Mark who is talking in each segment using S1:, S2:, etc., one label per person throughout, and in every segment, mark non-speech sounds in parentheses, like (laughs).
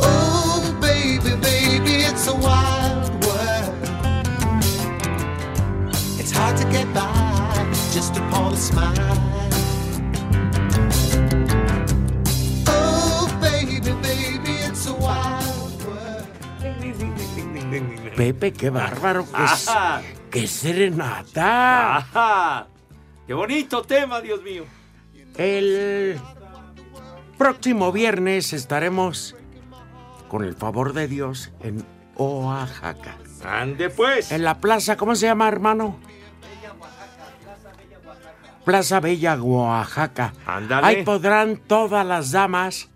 S1: Oh, baby, baby, it's a wild world. It's hard to get by just upon a smile. Oh, baby, baby, it's a wild world.
S2: Pepe, qué bárbaro. Qué, s-
S3: Ajá.
S2: qué serenata.
S3: Ajá. Ah, Qué bonito tema, Dios mío.
S2: El próximo viernes estaremos, con el favor de Dios, en Oaxaca.
S3: Ande pues.
S2: En la plaza, ¿cómo se llama, hermano? Plaza Bella Oaxaca.
S3: Ándale.
S2: Ahí podrán todas las damas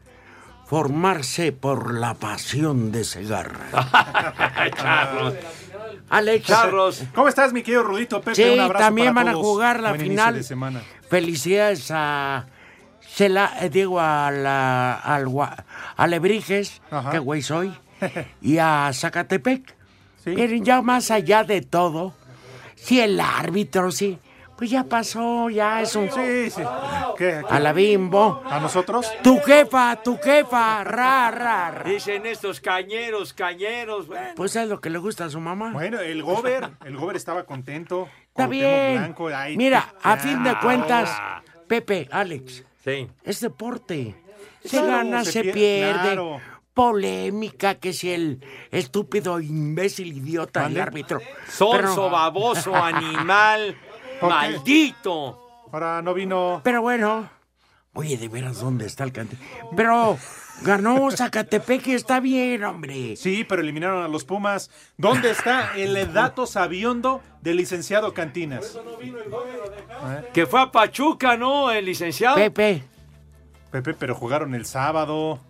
S2: formarse por la pasión de Segarra.
S3: (laughs) Carlos.
S2: Alex,
S3: Carlos.
S4: ¿Cómo estás, mi querido Rudito Pepe?
S2: Sí,
S4: un abrazo
S2: también
S4: para
S2: van a
S4: todos.
S2: jugar la
S4: Buen inicio
S2: final.
S4: de semana.
S2: Felicidades a Cela, eh, digo a la al, Gua- a Lebrijes,
S4: Ajá.
S2: que güey soy, y a Zacatepec.
S4: Sí.
S2: Miren, ya más allá de todo, si el árbitro, sí, pues ya pasó, ya es un
S4: Sí, sí. ¿Qué, qué?
S2: a la bimbo.
S4: ¿A nosotros?
S2: Tu jefa, tu jefa, ra, ra, ra.
S3: Dicen estos cañeros, cañeros. Bueno.
S2: Pues es lo que le gusta a su mamá.
S4: Bueno, el Gober, el Gober estaba contento.
S2: Está
S4: Cuauhtémoc
S2: bien.
S4: Blanco, ay, ah,
S2: Mira, a
S4: ya.
S2: fin de cuentas, Pepe, Alex,
S3: Sí.
S2: es deporte. Se
S4: Claro,
S2: gana,
S4: se
S2: se,
S4: pier-
S2: pierde.
S4: claro.
S2: Polémica, que si el estúpido, imbécil, idiota, el
S4: ¿Mande?
S2: árbitro.
S3: Sonso,
S2: Pero- (laughs)
S3: baboso, animal.
S4: ¿Por qué?
S3: Maldito.
S4: Ahora no vino.
S2: Pero bueno, oye, de veras, ¿dónde está el cante? Pero ganó Zacatepec y está bien, hombre.
S4: Sí, pero eliminaron a los Pumas. ¿Dónde está el dato sabiondo del licenciado Cantinas? Eh.
S3: Que fue a Pachuca, ¿no? El licenciado.
S2: Pepe,
S4: Pepe, pero jugaron
S2: (laughs)
S4: el sábado.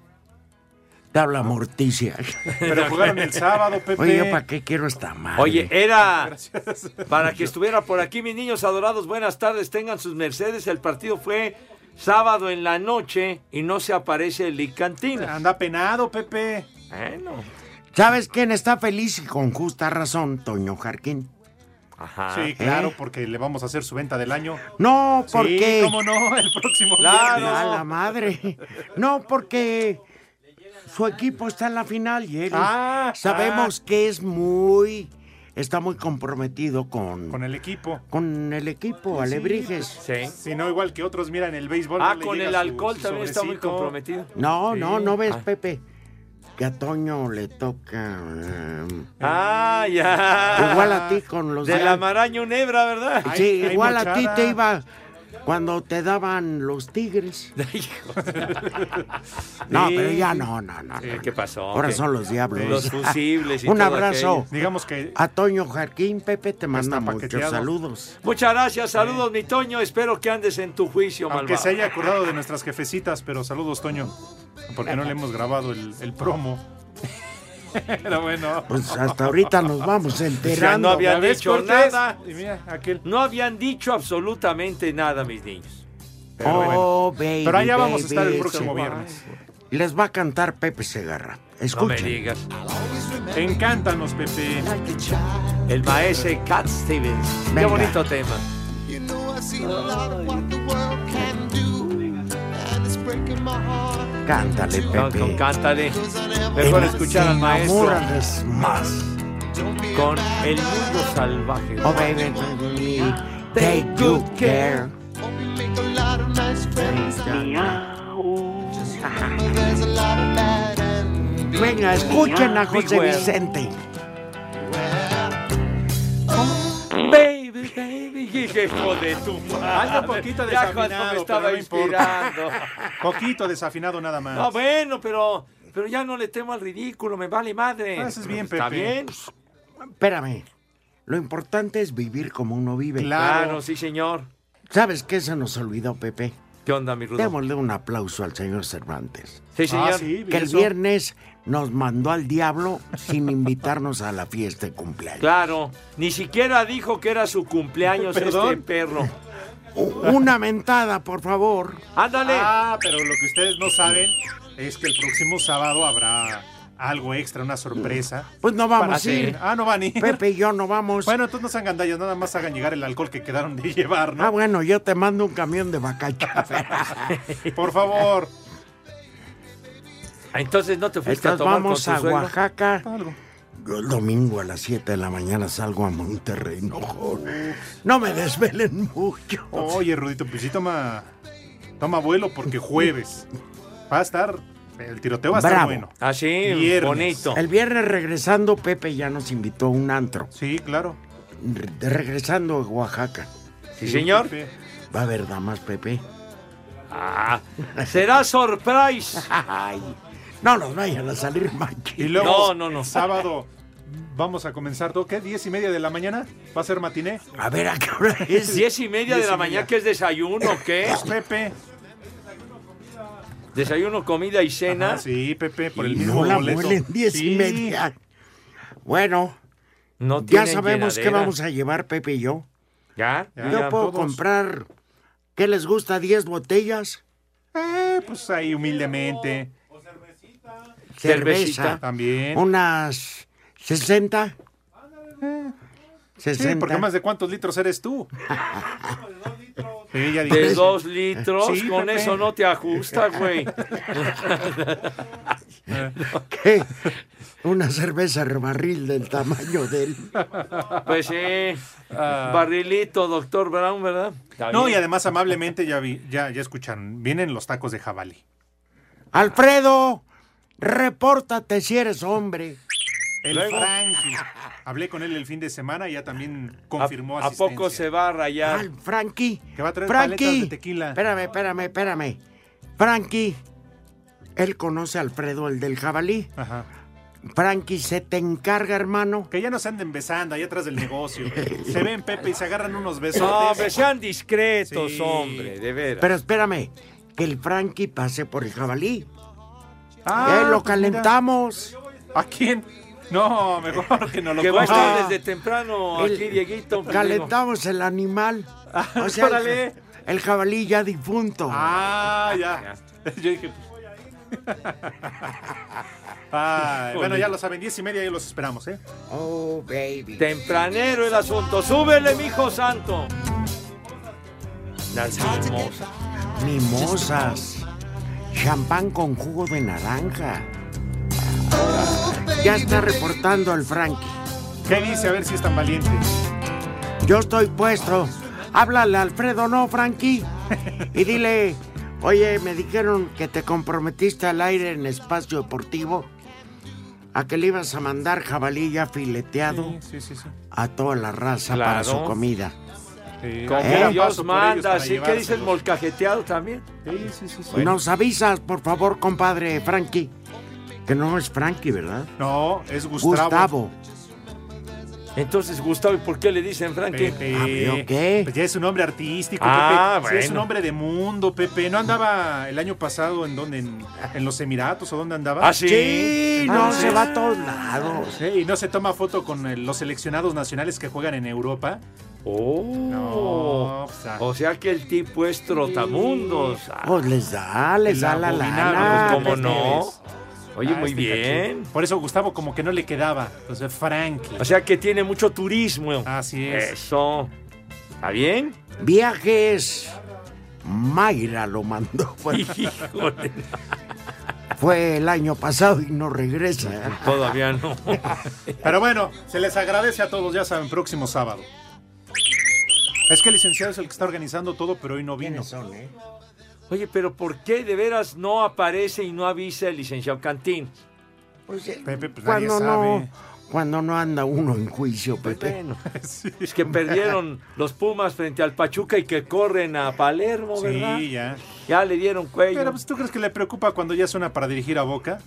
S2: te habla Morticia.
S4: Pero jugaron el sábado, Pepe.
S2: Oye, ¿para qué quiero esta madre?
S3: Oye, era para que estuviera por aquí, mis niños adorados, buenas tardes, tengan sus mercedes. El partido fue sábado en la noche y no se aparece el Licantina.
S4: Anda penado, Pepe.
S3: Bueno,
S2: ¿sabes quién está feliz y con justa razón? Toño Jarquín. ¿Eh?
S3: ajá.
S4: Sí, claro, porque le vamos a hacer su venta del año.
S2: No,
S4: sí,
S2: porque...
S4: cómo no, (laughs) el próximo
S3: Claro.
S4: viernes.
S2: A la madre. No, porque su equipo está en la final y él
S4: Ah,
S2: sabemos que es muy, está muy comprometido con,
S4: Con
S2: con el,
S4: el equipo.
S2: equipo, Alebrijes.
S3: Sí.
S4: Si no, igual que otros miran el béisbol.
S3: Ah,
S4: no le
S3: con
S4: llega
S3: el
S4: su-
S3: alcohol
S4: su
S3: también está muy
S4: sobrecito.
S3: comprometido.
S2: No,
S4: Sí. Ah.
S2: no, no ves, Pepe. Que a Toño le toca. eh,
S3: Ah, ya.
S2: igual a ti con los
S3: De la maraña un hebra, ¿verdad?
S2: Sí,
S4: Hay- hay
S2: igual a ti
S4: mochada.
S2: te iba cuando te daban los
S4: (laughs)
S2: tigres.
S3: Hijo,
S2: No,
S4: Sí.
S2: pero ya no, no, no. no,
S3: ¿Qué
S2: no.
S3: pasó?
S2: Ahora
S3: ¿Qué?
S2: son los diablos.
S3: Los fusibles
S2: (laughs)
S3: y
S2: Un
S3: todo
S2: abrazo.
S3: aquello.
S4: Digamos que
S2: A Toño Jarquín, Pepe, te manda
S4: Está
S2: muchos
S4: paqueteado.
S2: saludos.
S3: Muchas gracias, saludos, mi Toño. Espero que andes en tu juicio,
S4: Aunque
S3: malvado.
S4: se haya acordado de nuestras jefecitas, pero saludos, Toño. Porque no le hemos grabado el, el promo. Pero bueno.
S2: Pues hasta ahorita nos vamos
S3: Ya no
S2: enterando.
S3: habían
S4: ¿Ya ves,
S3: dicho
S4: Cortés?
S3: nada.
S4: Y mira, aquel.
S3: No habían dicho absolutamente nada, mis niños.
S4: Pero bueno.
S2: oh, baby,
S4: Pero allá vamos a estar el
S2: baby,
S4: próximo
S2: sí.
S4: viernes.
S2: Les va a cantar Pepe Segarra.
S3: No me
S2: Escuchen.
S3: digas.
S4: Encántanos, Pepe.
S1: Like a child,
S3: El maese Cat Stevens. Qué
S2: Venga.
S3: bonito tema.
S1: you know I've seen a lot of what the world can do, and it's breaking my heart
S2: Cántale,
S3: Con, con
S2: Pepe.
S3: cántale.
S1: 'cause I never
S3: Mejor
S1: wanna
S3: escuchar al maestro
S2: Enamórales más.
S1: Don't be
S3: con
S1: a
S3: el
S1: bad
S3: mundo salvaje.
S2: Oh, baby, baby, take good care.
S1: Hope you make a lot of nice friends. But there's a lot of bad and
S2: Venga, escuchen a José
S3: Beware.
S2: Vicente.
S3: Baby, baby. hijo de tu madre.
S4: Algo poquito
S3: Ya cuando
S4: desafinado,
S3: me estaba
S4: pero no importa.
S3: inspirando.
S4: Poquito desafinado nada más.
S3: No, pues, bueno, pero, pero ya no le temo al ridículo, me vale madre.
S4: Ah, eso es bien,
S3: ¿Está
S4: Pepe. Pues,
S3: bien?
S2: Espérame. Lo importante es vivir como uno vive.
S4: Claro.
S3: Claro, sí, señor.
S2: ¿Sabes qué se nos olvidó, Pepe?
S3: ¿Qué onda, mi Rudo?
S2: Démosle un aplauso al señor Cervantes.
S3: Sí,
S4: Ah,
S3: señor.
S4: sí,
S2: Que el
S4: eso.
S2: viernes nos mandó al diablo
S3: (laughs)
S2: sin invitarnos a la fiesta de cumpleaños.
S3: Claro, ni siquiera dijo que era su cumpleaños este
S4: (laughs) Perdón.
S3: perro.
S2: U- Una mentada, por favor.
S3: Ándale.
S4: Ah, pero lo que ustedes no saben es que el próximo sábado habrá algo extra, una sorpresa.
S2: Pues no vamos
S4: Para-
S2: a ir.
S4: Ah, no van a ir.
S2: Pepe y yo no vamos.
S4: Bueno, entonces no sean gandallas, nada más hagan llegar el alcohol que quedaron de llevar,
S2: Ah,
S4: ¿no?
S2: bueno, yo te mando un camión de bacacha.
S4: Por favor.
S3: Entonces no te fuiste a
S2: Entonces
S3: tomar
S2: vamos
S3: con tu
S2: a
S3: suegro?
S2: Oaxaca.
S4: Algo.
S2: Yo el domingo a las 7 de la mañana salgo a Monterrey, no joder. No me desvelen mucho.
S4: Oye, Rudito, pues sí toma, toma vuelo porque jueves va a estar, el tiroteo va a estar
S2: Bravo.
S4: bueno.
S3: Así,
S4: Viernes.
S3: Ah, bonito.
S2: El viernes regresando, Pepe ya nos invitó a un antro.
S4: Sí, claro.
S2: Re- regresando a Oaxaca.
S3: Sí, señor.
S4: Pepe.
S2: Va a haber damas, Pepe.
S3: Ah, será surprise.
S2: (laughs) Ay, no nos vayan a salir
S4: Y
S2: manchis.
S4: luego
S3: No, no, no.
S4: sábado vamos a comenzar, ¿todo ¿qué? ¿Diez y media de la mañana? ¿Va a ser matiné?
S2: A ver a qué hora
S3: ¿Es
S2: es.
S3: diez y media
S4: Diez
S3: de
S4: y
S3: la
S4: media.
S3: mañana que es desayuno o qué?
S4: Pepe.
S3: Desayuno, comida y cena.
S4: Ajá, sí, Pepe, por el
S2: Y
S4: mismo
S2: no la
S4: boleto.
S2: muelen diez
S4: Sí.
S2: y media. Bueno,
S3: No
S2: ya
S3: tienen
S2: sabemos qué
S3: llenadera.
S2: vamos a llevar, Pepe y yo.
S3: ¿Ya?
S4: Ya.
S2: Yo
S3: Ya.
S2: puedo
S4: todos.
S2: comprar, ¿qué les gusta? ¿10 botellas?
S4: Eh, pues ahí humildemente.
S2: Cerveza.
S4: También.
S2: Unas 60. 60.
S4: Eh, Sí, porque más de cuántos litros
S3: (laughs)
S4: eres tú. Sí, ya
S3: De
S4: dije.
S3: dos litros,
S4: Sí,
S3: con
S4: Pepe.
S3: eso no te ajusta, güey.
S2: ¿Qué? Una cerveza barril del tamaño de él.
S3: Pues sí.
S4: Ah.
S3: Barrilito, doctor Brown, ¿verdad? Está
S4: No, y
S3: bien.
S4: además amablemente ya vi, ya, ya escucharon, vienen los tacos de jabalí.
S2: Alfredo, repórtate si eres hombre.
S4: El Frankie. Hablé con él el fin de semana y ya también confirmó
S3: ¿A, a
S4: asistencia.
S3: poco se va a rayar?
S2: Al Frankie.
S4: Que va a traer paletas
S2: Frankie.
S4: de tequila.
S2: Espérame, espérame, espérame. Frankie. Él conoce a Alfredo, el del jabalí.
S4: Ajá.
S2: Frankie, se te encarga, hermano.
S4: Que ya no se anden besando allá atrás del negocio.
S2: (laughs)
S4: se ven Pepe y se agarran unos besos.
S3: No, hombre, sean discretos,
S4: Sí.
S3: hombre, de veras.
S2: Pero espérame, que el Frankie pase por el jabalí.
S4: Ah,
S2: Eh, lo
S4: pues mira.
S2: calentamos.
S4: ¿A quién? No, mejor que no lo
S3: que va a
S4: compre.
S3: estar
S2: Ah.
S3: desde temprano aquí,
S2: El-
S3: Dieguito. pues,
S2: Calentamos el animal. O sea,
S4: Ah, órale.
S2: el, el jabalí ya difunto.
S4: Ah, ya. (laughs) Yo dije. pues. (laughs) Ay, bueno, ya lo saben, diez y media y los esperamos, ¿eh?
S2: Oh, baby.
S3: digo, Tempranero el asunto. Súbele, mijo santo. Las hermosas.
S2: Mimosas. Champán con jugo de naranja. Ya está reportando el Frankie.
S4: ¿Qué dice? A ver si es tan valiente.
S2: Yo estoy puesto. Háblale a Alfredo, no, Frankie. Y dile, oye, me dijeron que te comprometiste al aire en espacio deportivo a que le ibas a mandar jabalí ya fileteado
S4: Sí, sí, sí.
S2: a toda la raza
S3: Claro.
S2: para su comida.
S4: Sí,
S3: Como Dios
S4: gran paso Eh, por ellos
S3: manda,
S4: para
S3: así que
S4: llevárselos.
S3: dices molcajeteado también.
S4: Sí, sí, sí. sí.
S2: Nos avisas, por favor, compadre Frankie. Que no es Frankie, ¿verdad?
S4: No, es Gustavo.
S2: Gustavo.
S3: Entonces, Gustavo, ¿y por qué le dicen Frankie?
S4: Pepe.
S2: Ah, ¿pero qué?
S4: Pues ya es un hombre artístico,
S3: Ah,
S4: Pepe. Sí, es un
S3: bueno.
S4: hombre de mundo, Pepe. ¿No andaba el año pasado en donde? En, en los Emiratos o dónde andaba?
S3: ¿Ah, sí?
S2: Sí, no,
S4: Ah,
S2: se
S4: sí.
S2: va a todos lados.
S4: Sí, y no se toma foto con eh, los seleccionados nacionales que juegan en Europa.
S3: Oh.
S4: No, pues, ah.
S3: O sea que el tipo es trotamundos. Ah,
S2: Pues les da, les da la
S4: abominaron,
S2: lana.
S4: pues,
S3: ¿Cómo
S4: Pepe
S3: no?
S4: Pérez.
S3: Oye,
S4: Ah,
S3: muy
S4: este
S3: bien.
S4: cachín. Por eso Gustavo como que no le quedaba. Entonces, Frankie.
S3: O sea que tiene mucho turismo.
S4: Así es.
S3: Eso. ¿Está bien?
S2: Viajes. Mayra lo
S4: (laughs)
S2: mandó. Fue,
S3: Híjole,
S2: fue el año pasado y no regresa. (laughs)
S3: todavía no. Pues
S4: Pero bueno, se les agradece a todos, ya saben, próximo sábado. Es que el licenciado es el que está organizando todo, pero hoy no vino.
S2: ¿eh?
S3: Oye, pero ¿por qué de veras no aparece y no avisa el licenciado Cantín?
S2: Pues, eh,
S4: Pepe, pues, nadie
S2: cuando no,
S4: sabe.
S2: cuando no anda uno en juicio, Pepe.
S3: Bueno, es que perdieron los Pumas frente al Pachuca y que corren a Palermo, ¿verdad?
S4: Sí, ya.
S3: Ya le dieron cuello.
S4: Pero pues, ¿tú crees que le preocupa cuando ya suena para dirigir a Boca?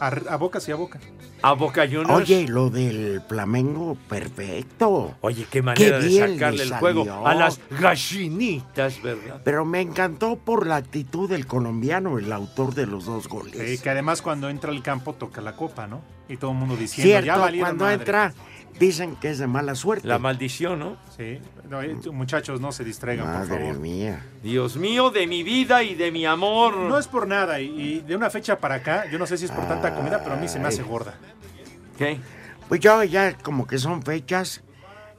S4: A, a Boca sí, a Boca.
S3: A Boca Juniors.
S2: Oye, lo del Flamengo, perfecto.
S3: Oye, qué manera
S2: Qué
S3: de
S2: bien
S3: sacarle
S2: le
S3: el juego
S2: salió.
S3: a las gallinitas, ¿verdad?
S2: Pero me encantó por la actitud del colombiano, el autor de los dos goles.
S4: Eh, que además cuando entra al campo toca la copa, ¿no? Y todo el mundo diciendo, ya
S2: Cierto,
S4: valieron
S2: cuando
S4: madre".
S2: entra dicen que es de mala suerte.
S3: La maldición, ¿no?
S4: Sí. No, eh, tú, muchachos, no se distraigan, por
S2: Madre
S4: favor.
S2: mía.
S3: Dios mío, de mi vida y de mi amor.
S4: No es por nada, y, y de una fecha para acá, yo no sé si es por tanta comida, pero a mí se me
S3: (laughs)
S4: hace gorda.
S3: ¿Qué?
S2: Pues yo ya como que son fechas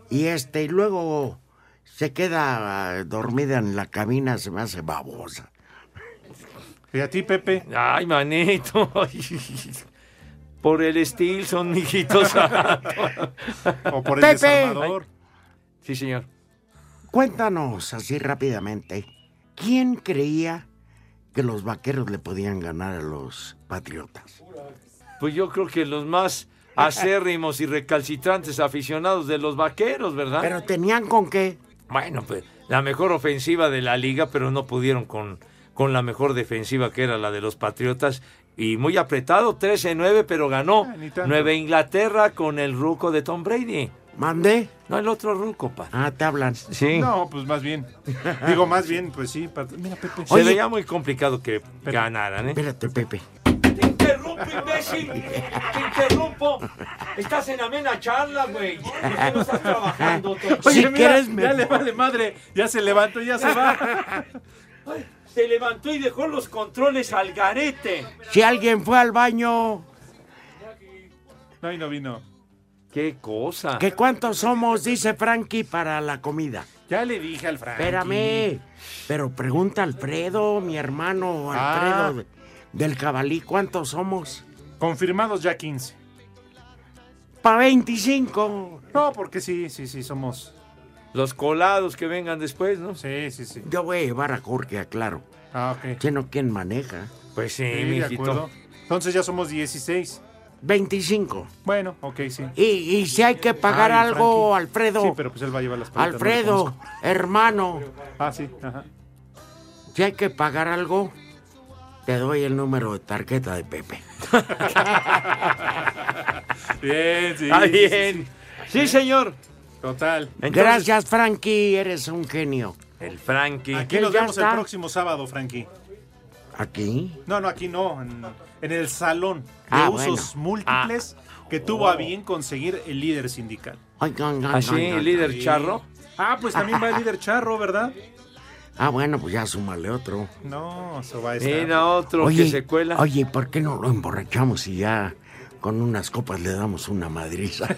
S2: y este y luego se queda ah, dormida en la cabina, se me hace babosa.
S4: ¿Y a ti, Pepe?
S3: Ay, manito. (laughs) ay. Por el Stilson,
S4: (laughs)
S3: mijitos.
S4: (laughs) ¿O por el
S2: Pepe.
S4: desarmador?
S3: sí, señor.
S2: Cuéntanos así rápidamente, ¿quién creía que los vaqueros le podían ganar a los patriotas?
S3: Pues yo creo que los más acérrimos y recalcitrantes aficionados de los vaqueros, ¿verdad?
S2: Pero tenían con qué.
S3: ¿Ah? Bueno, pues la mejor ofensiva de la liga, pero no pudieron con, con la mejor defensiva que era la de los Patriotas. Y muy apretado, 13-9, pero ganó
S4: Ah, ni tanto.
S3: Nueva Inglaterra con el ruco de Tom Brady.
S2: ¿Mandé?
S3: No el otro ruco, pa.
S2: Ah, te hablan.
S3: Sí.
S4: No, pues más bien. (laughs) Digo, más bien, pues sí. pa- Mira, Pepe.
S3: Se
S2: Oye.
S3: veía muy complicado que ganaran, ¿eh?
S2: Espérate, Pepe.
S3: Te interrumpo, imbécil. Te interrumpo. Estás en amena charla, güey. no estás trabajando.
S2: Oye, Si mira, quieres, me
S4: ya
S2: ya
S4: le
S2: le
S4: vale madre, ya se levantó, ya se va.
S3: (laughs) Se levantó y dejó los controles al garete.
S2: Si alguien fue al baño,
S4: No, y no vino.
S3: Qué cosa.
S2: ¿que cuántos somos? Dice Frankie para la comida.
S4: Ya le dije al Frankie.
S2: Espérame. Pero pregunta Alfredo, mi hermano
S4: Ah.
S2: Alfredo de- del Cabalí, ¿cuántos somos?
S4: Confirmados ya 15.
S2: Pa 25.
S4: No, porque sí, sí, sí, somos.
S3: Los colados que vengan después, ¿no?
S4: Sí, sí, sí.
S2: Yo voy a llevar a Jorge, aclaro.
S4: Ah, ok.
S2: Si no, ¿quién maneja?
S3: Pues sí,
S4: Sí, de acuerdo. Entonces ya somos 16.
S2: 25.
S4: Bueno, ok,
S3: (laughs)
S4: sí.
S2: Y, y si hay que pagar
S4: Ay,
S2: algo,
S4: Frankie.
S2: Alfredo.
S4: Sí, pero pues él va a llevar las paletas, no lo
S2: Alfredo,
S4: conozco.
S2: hermano,
S4: Ah, sí, ajá.
S2: si hay que pagar algo, te doy el número de tarjeta de Pepe.
S4: Bien, sí.
S3: Está
S4: sí, sí,
S3: bien. Sí, señor.
S4: sí. Total.
S3: Entonces-
S2: Gracias, Frankie, eres un genio.
S3: El Frankie.
S4: Aquí
S2: Él
S4: nos
S2: ya
S4: vemos el
S2: está.
S4: próximo sábado, Frankie.
S2: ¿Aquí?
S4: No, no, aquí no. En, en el salón de
S2: Ah,
S4: usos múltiples
S3: Ah.
S4: que tuvo a bien conseguir el líder sindical.
S2: Oigan, oigan,
S3: Así,
S2: oigan.
S3: ¿Ah, líder charro.
S4: Ah, pues también va el líder charro, ¿verdad?
S2: Ah, bueno, pues ya súmale otro.
S4: No, eso va a estar.
S3: Mira otro que se cuela.
S2: Oye, ¿y ¿por qué no lo emborrachamos y ya con unas copas le damos una
S3: (laughs)
S2: madriza?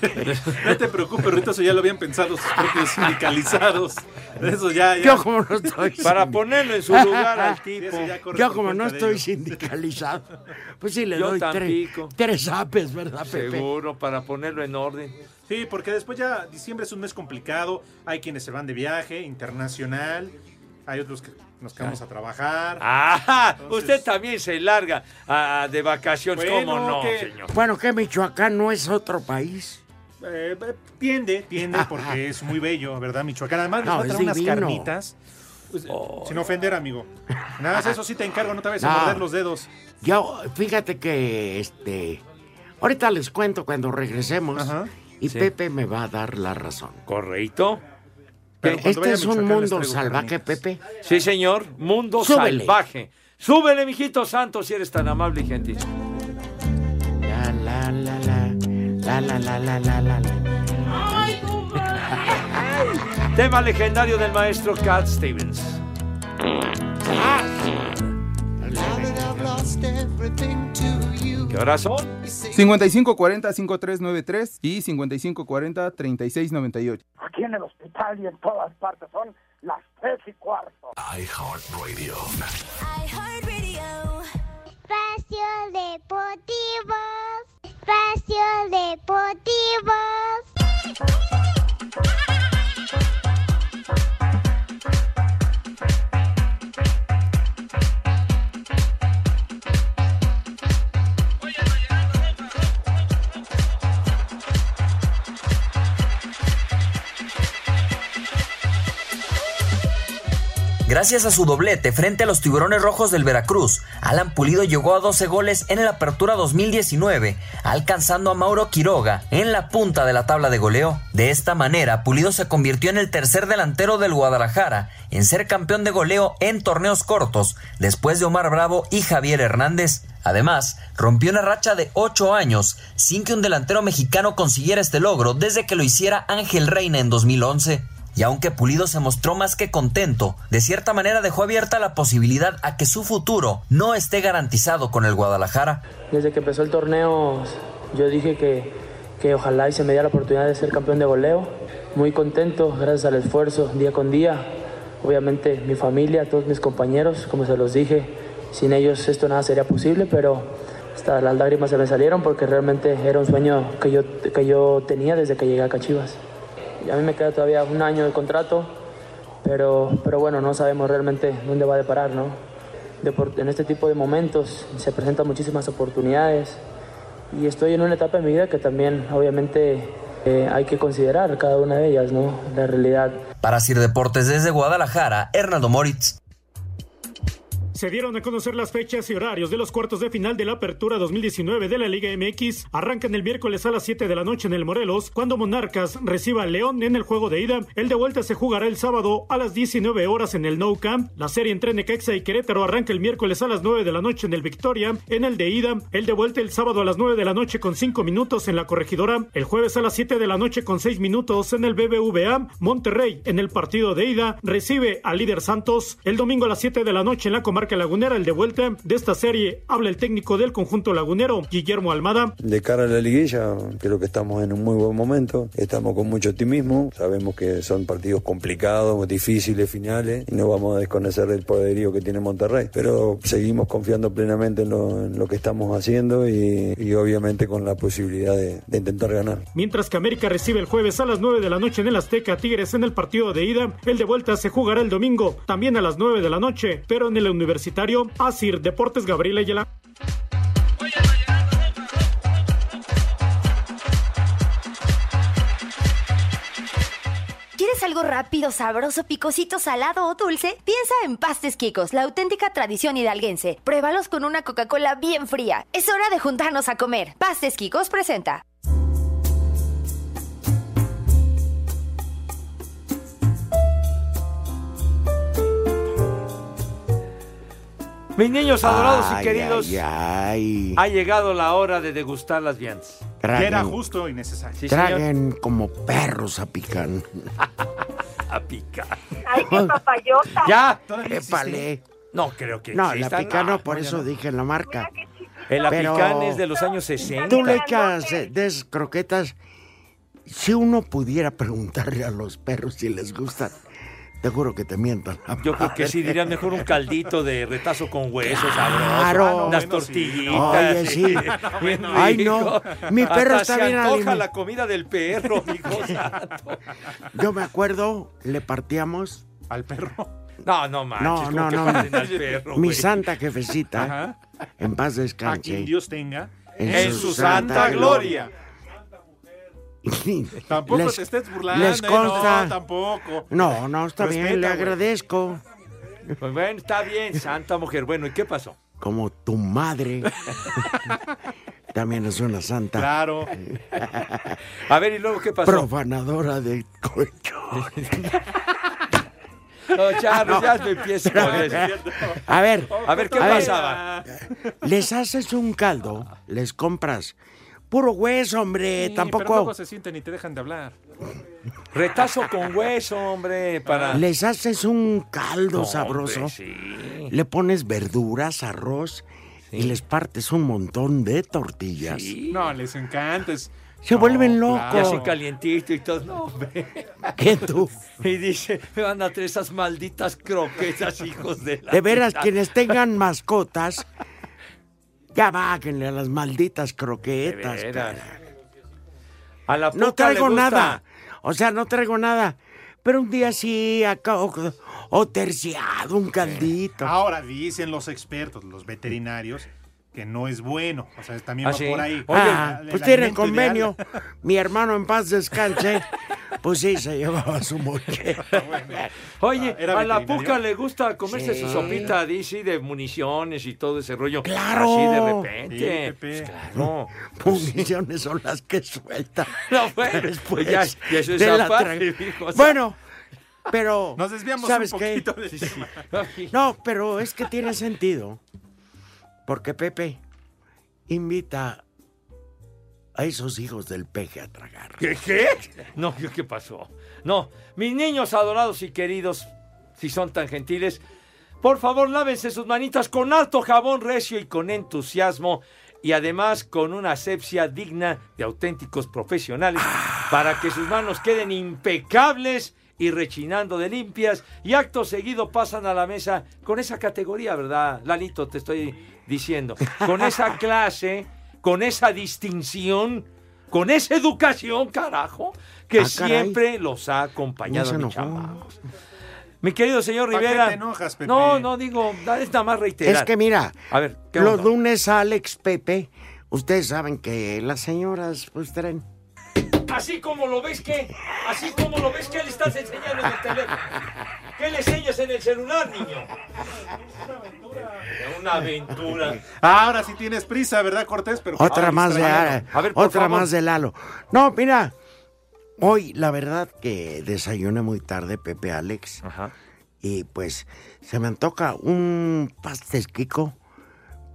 S4: No te preocupes, Rito, eso ya lo habían pensado sus
S2: (laughs)
S4: propios sindicalizados. Eso ya, ya.
S2: Yo como no estoy
S3: (laughs)
S2: Ah,
S3: Para
S2: sindi-
S3: ponerlo en su lugar
S2: (laughs)
S3: al
S4: Sí,
S3: tipo.
S4: eso ya corre
S2: yo
S4: por
S2: como no
S4: cuenta de
S2: estoy
S4: ellos.
S2: sindicalizado, (laughs) pues sí le
S3: Yo
S2: doy tres,
S3: tampico.
S2: tres apes, ¿verdad, Pepe?
S3: ah, Seguro, para ponerlo en orden.
S4: Sí, porque después ya diciembre es un mes complicado. Hay quienes se van de viaje internacional. Hay otros que nos quedamos a trabajar.
S3: ¡Ajá!
S4: Entonces-
S3: Usted también se larga ah, de vacaciones.
S4: Bueno,
S3: ¿Cómo no,
S4: que-
S3: señor?
S2: Bueno, que Michoacán no es otro país.
S4: Eh, eh, tiende, tiende porque es muy bello, ¿verdad? Michoacán. Además, nos
S2: No,
S4: va a traer
S2: es
S4: unas
S2: divino.
S4: carnitas. Pues, eh, Sin ofender, amigo. Nada más eso sí te encargo, no te vayas a
S2: No.
S4: morder los dedos.
S2: Yo, fíjate que, este, ahorita les cuento cuando regresemos
S4: Ajá.
S2: y
S3: Sí.
S2: Pepe me va a dar la razón.
S3: ¿Correcto?
S4: Pero cuando
S2: Este
S4: vaya a
S2: es un
S4: Michoacán, les
S2: mundo
S4: traigo
S2: salvaje,
S4: carnitas.
S2: Pepe.
S3: Sí, señor. Mundo
S2: Súbele.
S3: salvaje. Súbele, mijito santo, si eres tan amable y gentil.
S2: La, la, la, la, la, la, la, la, la, la, la.
S3: Tema legendario del maestro Cat Stevens.
S1: Now that I've lost everything to you,
S3: ¿Qué horas son?
S5: 5540-5393 y 5540-3698.
S6: aquí en el hospital y en todas partes. Son las tres y cuarto.
S7: iHeartRadio. Espacio Deportivo. Espacio Deportivo.
S5: Gracias a su doblete frente a los Tiburones Rojos del Veracruz, Alan Pulido llegó a 12 goles en el Apertura 2019, alcanzando a Mauro Quiroga en la punta de la tabla de goleo. De esta manera, Pulido se convirtió en el tercer delantero del Guadalajara en ser campeón de goleo en torneos cortos, después de Omar Bravo y Javier Hernández. Además, rompió una racha de 8 años sin que un delantero mexicano consiguiera este logro desde que lo hiciera Ángel Reina en 2011. Y aunque Pulido se mostró más que contento, de cierta manera dejó abierta la posibilidad a que su futuro no esté garantizado con el Guadalajara.
S8: Desde que empezó el torneo, yo dije que, que ojalá y se me diera la oportunidad de ser campeón de goleo. Muy contento, gracias al esfuerzo día con día. Obviamente mi familia, todos mis compañeros, como se los dije, sin ellos esto nada sería posible, pero hasta las lágrimas se me salieron porque realmente era un sueño que yo, que yo tenía desde que llegué acá a Cachivas. A mí me queda todavía un año de contrato, pero, pero bueno, no sabemos realmente dónde va a deparar, ¿no? Depor- en este tipo de momentos se presentan muchísimas oportunidades y estoy en una etapa de mi vida que también obviamente eh, hay que considerar cada una de ellas, ¿no? La realidad.
S5: Para Sir Deportes desde Guadalajara, Hernando Moritz.
S9: Se dieron a conocer las fechas y horarios de los cuartos de final de la Apertura 2019 de la Liga MX. Arrancan el miércoles a las 7 de la noche en el Morelos, cuando Monarcas reciba al León en el juego de ida. El de vuelta se jugará el sábado a las 19 horas en el No Camp. La serie entre Necaxa y Querétaro arranca el miércoles a las 9 de la noche en el Victoria. En el de ida, el de vuelta el sábado a las 9 de la noche con 5 minutos en la Corregidora. El jueves a las 7 de la noche con 6 minutos en el BBVA. Monterrey en el partido de ida recibe al líder Santos. El domingo a las 7 de la noche en la comarca lagunera. El de vuelta de esta serie habla el técnico del conjunto lagunero, Guillermo Almada.
S10: De cara a la liguilla, creo que estamos en un muy buen momento, estamos con mucho optimismo, sabemos que son partidos complicados, difíciles, finales, y no vamos a desconocer el poderío que tiene Monterrey, pero seguimos confiando plenamente en lo, en lo que estamos haciendo y, y obviamente con la posibilidad de, de intentar ganar.
S9: Mientras que América recibe el jueves a las 9 de la noche en el Azteca a Tigres en el partido de ida, el de vuelta se jugará el domingo, también a las 9 de la noche, pero en el universitario Asir Deportes Gabriel Ayala.
S11: ¿Quieres algo rápido, sabroso, picosito, salado o dulce? Piensa en Pastes Quicos, la auténtica tradición hidalguense. Pruébalos con una Coca-Cola bien fría. Es hora de juntarnos a comer. Pastes Quicos presenta.
S3: Mis niños adorados y
S2: Ay,
S3: queridos,
S2: ay, ay.
S3: ha llegado la hora de degustar las viandas.
S2: Traguen-
S4: justo y necesario.
S2: traguen como perros a pican.
S3: A picar. (laughs)
S12: Ay, qué papayota.
S3: Ya.
S2: Épale.
S3: No creo que
S2: No, la
S3: existan.
S2: picano,
S3: No,
S2: por
S3: ya
S2: eso
S3: no.
S2: dije la marca.
S3: El
S2: Pero
S3: apicán es de los años 60.
S2: Tú le echas eh, de esas croquetas. Si uno pudiera preguntarle a los perros si les gustan, te juro que te mientan.
S3: Yo creo que sí dirían mejor un caldito de retazo con huesos,
S2: Claro.
S3: sabroso,
S2: Ah, no,
S3: unas
S2: bueno, sí.
S3: tortillitas.
S2: Oye, sí. (laughs)
S3: (laughs) Bien
S2: Ay, no,
S3: rico.
S2: mi perro
S3: Hasta
S2: está
S3: se
S2: bien
S3: antoja
S2: aliment-
S3: la comida del perro,
S2: (laughs)
S3: hijo santo.
S2: Yo me acuerdo, le partíamos.
S4: Al perro.
S3: No, no manches,
S2: No,
S3: ¿cómo
S2: no,
S3: que
S2: no. (laughs)
S3: parten al perro,
S2: mi
S3: güey?
S2: santa jefecita, en paz
S4: A quien
S2: descanse. (laughs)
S4: Dios tenga.
S2: En
S3: En su santa gloria.
S4: Tampoco te estés
S3: Ah,
S4: burlando,
S2: Les
S4: ¿eh?
S2: consta.
S4: No, tampoco.
S2: No, no, está bien, le
S3: Respeta, güey.
S2: agradezco.
S3: Pues bueno, está bien, santa mujer. Bueno, ¿y qué pasó?
S2: Como tu (laughs) madre. También es una santa.
S3: Claro.
S2: (laughs)
S3: A ver, ¿y luego qué pasó?
S2: Profanadora de colchones.
S3: No, Charles,
S2: No.
S3: (laughs) ya me empiezo con eso.
S2: (laughs) A ver,
S3: A ver, ¿qué
S2: a ver.
S3: pasaba?
S2: Les haces un caldo, les compras puro hueso, hombre.
S4: Sí, Pero
S2: tampoco
S4: luego se sienten y te dejan de hablar.
S3: Retazo con hueso, hombre, para...
S2: les haces un caldo
S3: No,
S2: sabroso.
S3: hombre, sí.
S2: Le pones verduras, arroz y les partes un montón de tortillas.
S4: No, les encanta. es-
S2: Se vuelven
S4: No,
S2: locos.
S3: Y así calientito y todo. No, hombre.
S2: ¿Qué tú?
S3: (laughs) Y dice, me van a traer esas malditas croquetas, hijos de la...
S2: De veras,
S3: chingada".
S2: quienes
S3: (laughs)
S2: tengan mascotas, ya bájenle a las malditas
S3: De
S2: croquetas.
S3: veras.
S2: cara.
S3: A la
S2: No
S3: puta le
S2: traigo
S3: gusta.
S2: nada. O sea, no traigo nada. Pero un día sí, acá, o, o terciado, un caldito.
S4: Ah. Ahora dicen los expertos, los veterinarios, que no es bueno. O sea, también
S3: ¿Ah,
S4: va
S3: sí?
S4: por ahí.
S2: Ah,
S4: El- el
S2: pues tienen
S4: (laughs) alimento
S2: convenio.
S4: ideal.
S2: Mi hermano en paz descanse. Pues sí, se llevaba su
S3: (laughs)
S2: moqueta.
S3: Oye,
S2: Ah, era
S3: a la
S2: veterinario.
S3: puca le gusta comerse
S2: Sí.
S3: su sopita de, sí, de municiones y todo ese rollo.
S2: ¡Claro!
S3: Así de
S2: Sí,
S3: repente.
S2: Pepe.
S3: Pues claro.
S2: Municiones son las que suelta.
S3: No, bueno,
S2: Después
S3: Pues, ya, ya eso es
S2: de la
S3: aparte,
S2: tra-
S3: hijo, o sea.
S2: Bueno, pero.
S4: Nos desviamos
S2: ¿sabes
S4: un
S2: qué?
S4: poquito del tema.
S2: No, pero es que tiene sentido. Porque Pepe invita a esos hijos del peje a tragar.
S3: ¿Qué, qué? No, ¿qué- ¿qué pasó? No, mis niños adorados y queridos, si son tan gentiles, por favor lávense sus manitas con alto jabón recio y con entusiasmo y además con una asepsia digna de auténticos profesionales para que sus manos queden impecables y rechinando de limpias y acto seguido pasan a la mesa con esa categoría, ¿verdad? Lalito, te estoy diciendo, con esa clase, con esa distinción, con esa educación, carajo, que
S2: Ah, caray.
S3: siempre los ha acompañado
S2: No se
S3: mi
S2: enojó.
S3: chamacos. Mi querido señor
S4: ¿Pa' qué
S3: Rivera.
S4: te enojas, Pepe?
S3: No, no digo, es nada más reiterar.
S2: Es que mira,
S3: a ver, ¿qué
S2: los
S3: onda?
S2: lunes a Alex Pepe, ustedes saben que las señoras pues traen.
S3: Así como lo ves que, así como lo ves que le estás enseñando en el teléfono. ¿Qué le enseñas en el celular, niño? Una aventura.
S4: (laughs) Ah, Ahora sí tienes prisa, ¿verdad, Cortés? Pero
S2: Otra
S4: Ay,
S2: más de
S4: distraído.
S2: Ara- otra más de Lalo. No, mira, hoy la verdad que desayuné muy tarde, Pepe Alex. Y pues se me antoja un pastesquico,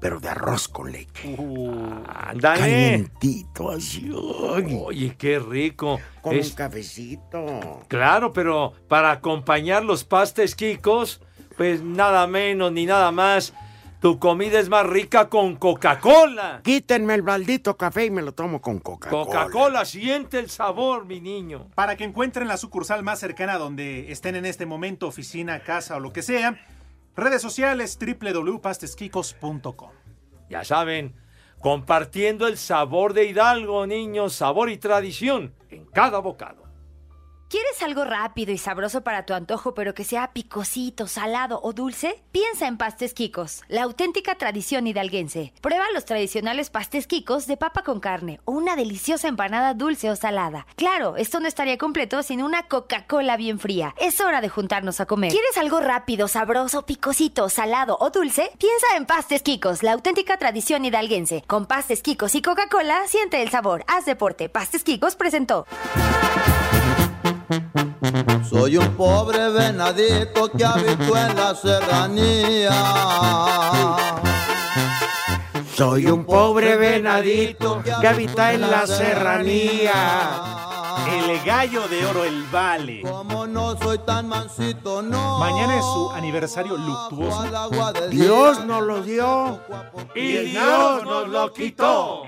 S2: pero de arroz con leche.
S3: Uh,
S2: Ah,
S3: Ándale.
S2: Calientito así. ay,
S3: Oye, qué rico.
S2: con
S3: Es-
S2: un cafecito.
S3: Claro, pero para acompañar los pastes quicos, pues nada menos ni nada más. Tu comida es más rica con Coca-Cola.
S2: Quítenme el maldito café y me lo tomo con Coca-Cola.
S3: Coca-Cola, siente el sabor, mi niño.
S4: Para que encuentren la sucursal más cercana donde estén en este momento, oficina, casa o lo que sea, redes sociales www.pastesquicos.com.
S3: Ya saben, compartiendo el sabor de Hidalgo, niños, sabor y tradición en cada bocado.
S11: ¿Quieres algo rápido y sabroso para tu antojo, pero que sea picosito, salado o dulce? Piensa en Pastes Quicos, la auténtica tradición hidalguense. Prueba los tradicionales pastes Quicos de papa con carne o una deliciosa empanada dulce o salada. Claro, esto no estaría completo sin una Coca-Cola bien fría. Es hora de juntarnos a comer. ¿Quieres algo rápido, sabroso, picosito, salado o dulce? Piensa en Pastes Quicos, la auténtica tradición hidalguense. Con Pastes Quicos y Coca-Cola, siente el sabor. Haz deporte. Pastes Quicos presentó.
S12: Soy un pobre venadito que habito en la serranía.
S2: Soy un pobre venadito que habita en la serranía.
S4: El gallo de oro, el vale.
S12: Como no soy tan mansito, no.
S4: Mañana es su aniversario luctuoso.
S2: Dios nos lo dio
S4: Y
S2: Dios nos lo quitó.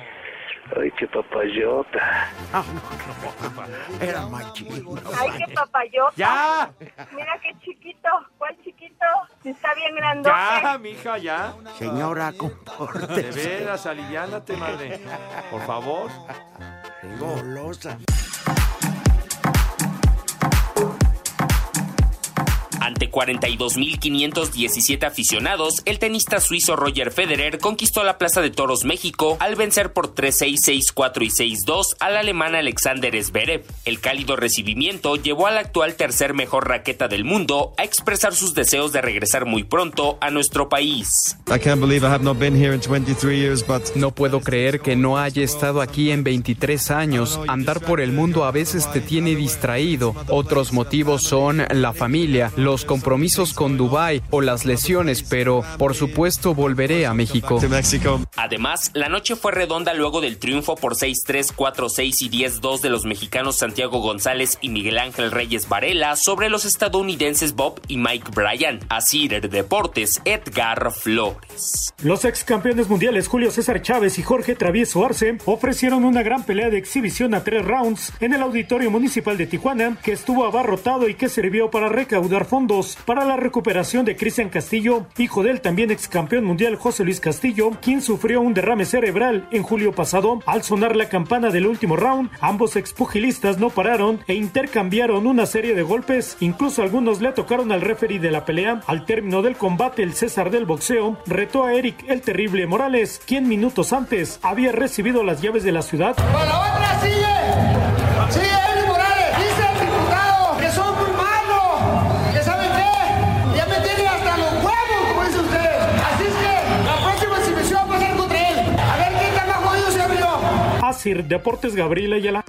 S13: Ay, qué papayota.
S3: Ah,
S2: Era machino.
S14: Ay, qué papayota.
S3: ¡Ya!
S14: Mira qué chiquito. ¿Cuál chiquito? Si Está bien grandote.
S3: Ya, mija, ya.
S2: Señora,
S3: De
S2: compórtese.
S3: veras, aliviánate, madre. Por favor.
S2: Golosa.
S15: Ante 42.517 aficionados, el tenista suizo Roger Federer conquistó la Plaza de Toros México al vencer por 3-6, 6-4 y 6-2 al alemán Alexander Zverev. El cálido recibimiento llevó al actual tercer mejor raqueta del mundo a expresar sus deseos de regresar muy pronto a nuestro país.
S16: No puedo creer que no haya estado aquí en 23 años. Andar por el mundo a veces te tiene distraído. Otros motivos son la familia, los compromisos con Dubái o las lesiones, pero por supuesto volveré a México.
S15: Además, la noche fue redonda luego del triunfo por 6-3, 4-6 y 10-2 de los mexicanos Santiago González y Miguel Ángel Reyes Varela sobre los estadounidenses Bob y Mike Bryan. Así Deportes, Edgar Flores.
S9: Los ex campeones mundiales Julio César Chávez y Jorge Travieso Arce ofrecieron una gran pelea de exhibición a tres rounds en el Auditorio Municipal de Tijuana, que estuvo abarrotado y que sirvió para recaudar fondos para la recuperación de Cristian Castillo, hijo del también ex campeón mundial José Luis Castillo, quien sufrió un derrame cerebral en julio pasado. Al sonar la campana del último round, ambos expugilistas no pararon e intercambiaron una serie de golpes, incluso algunos le tocaron al referee de la pelea. Al término del combate, el César del boxeo retó a Eric el Terrible Morales, quien minutos antes había recibido las llaves de la ciudad.
S1: ¡Para la otra sigue! ¡Sigue Eric Morales! ¡Dice Eric
S9: Sir Deportes Gabriel Ayala.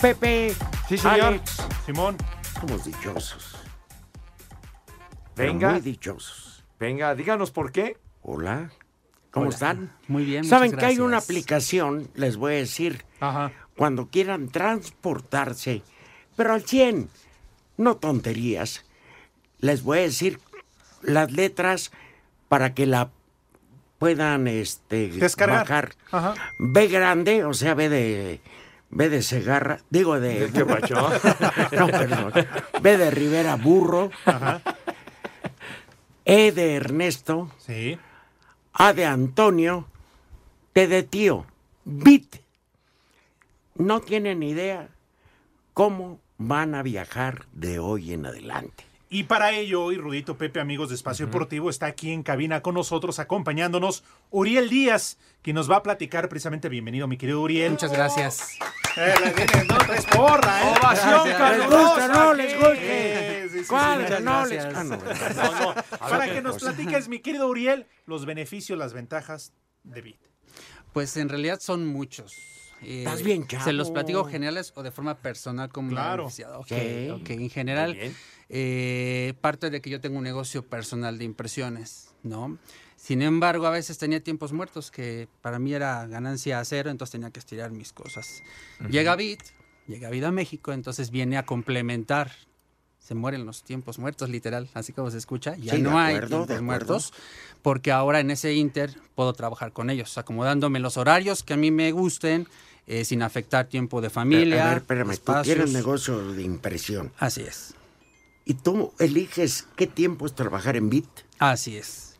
S2: Pepe.
S4: Sí, señor.
S2: Alex.
S4: Simón.
S2: Somos dichosos. pero
S3: Venga,
S2: Muy dichosos.
S3: venga, díganos por qué.
S2: Hola. ¿Cómo
S3: Hola.
S2: están?
S17: Muy bien.
S2: Saben que hay una aplicación, les voy a decir, cuando quieran transportarse, pero al 100, no tonterías. Les voy a decir las letras para que la puedan este,
S4: Descargar.
S2: bajar.
S4: Ajá.
S2: B grande, o sea, B de, B de Segarra, digo de...
S3: ¿De qué pacho?
S2: (laughs) no, perdón. B de Rivera Burro. E de Ernesto.
S4: Sí.
S2: A de Antonio. T de Tío. Bit. No tienen idea cómo van a viajar de hoy en adelante.
S4: Y para ello, hoy Rudito Pepe, amigos de Espacio Deportivo, está aquí en cabina con nosotros, acompañándonos Uriel Díaz, quien nos va a platicar precisamente. Bienvenido, mi querido Uriel. Muchas
S17: gracias.
S2: Eh,
S4: (laughs) no, tres porra, ¿eh?
S3: Ovación
S2: Les gusta, no les guste.
S4: Sí, sí, sí,
S2: ¿Cuál?
S4: muchas
S2: No les-
S4: gracias.
S2: Ah, no, ¿verdad?
S4: (laughs) Para que nos platiques, mi querido Uriel, los beneficios, las ventajas de Bit.
S17: Pues en realidad son muchos. Eh,
S2: Estás bien chavo.
S17: ¿Se los platico generales o de forma personal como
S4: Claro.
S17: beneficiado? Ok,
S2: Sí.
S17: ok. En general, eh, parte de que yo tengo un negocio personal de impresiones, ¿no? Sin embargo, a veces tenía tiempos muertos que para mí era ganancia a cero, entonces tenía que estirar mis cosas. Llega Bit, llega Bit a México, entonces viene a complementar. Se mueren los tiempos muertos, literal, así como se escucha. Ya
S2: Sí, de
S17: no hay
S2: acuerdo, de
S17: tiempos
S2: acuerdo.
S17: muertos porque ahora en ese Inter puedo trabajar con ellos, acomodándome los horarios que a mí me gusten, eh, sin afectar tiempo de familia.
S2: A ver, espérame, tú
S17: espacios.
S2: tienes negocio de impresión.
S17: Así es,
S2: Y tú eliges qué tiempo es trabajar en Bit.
S17: así es.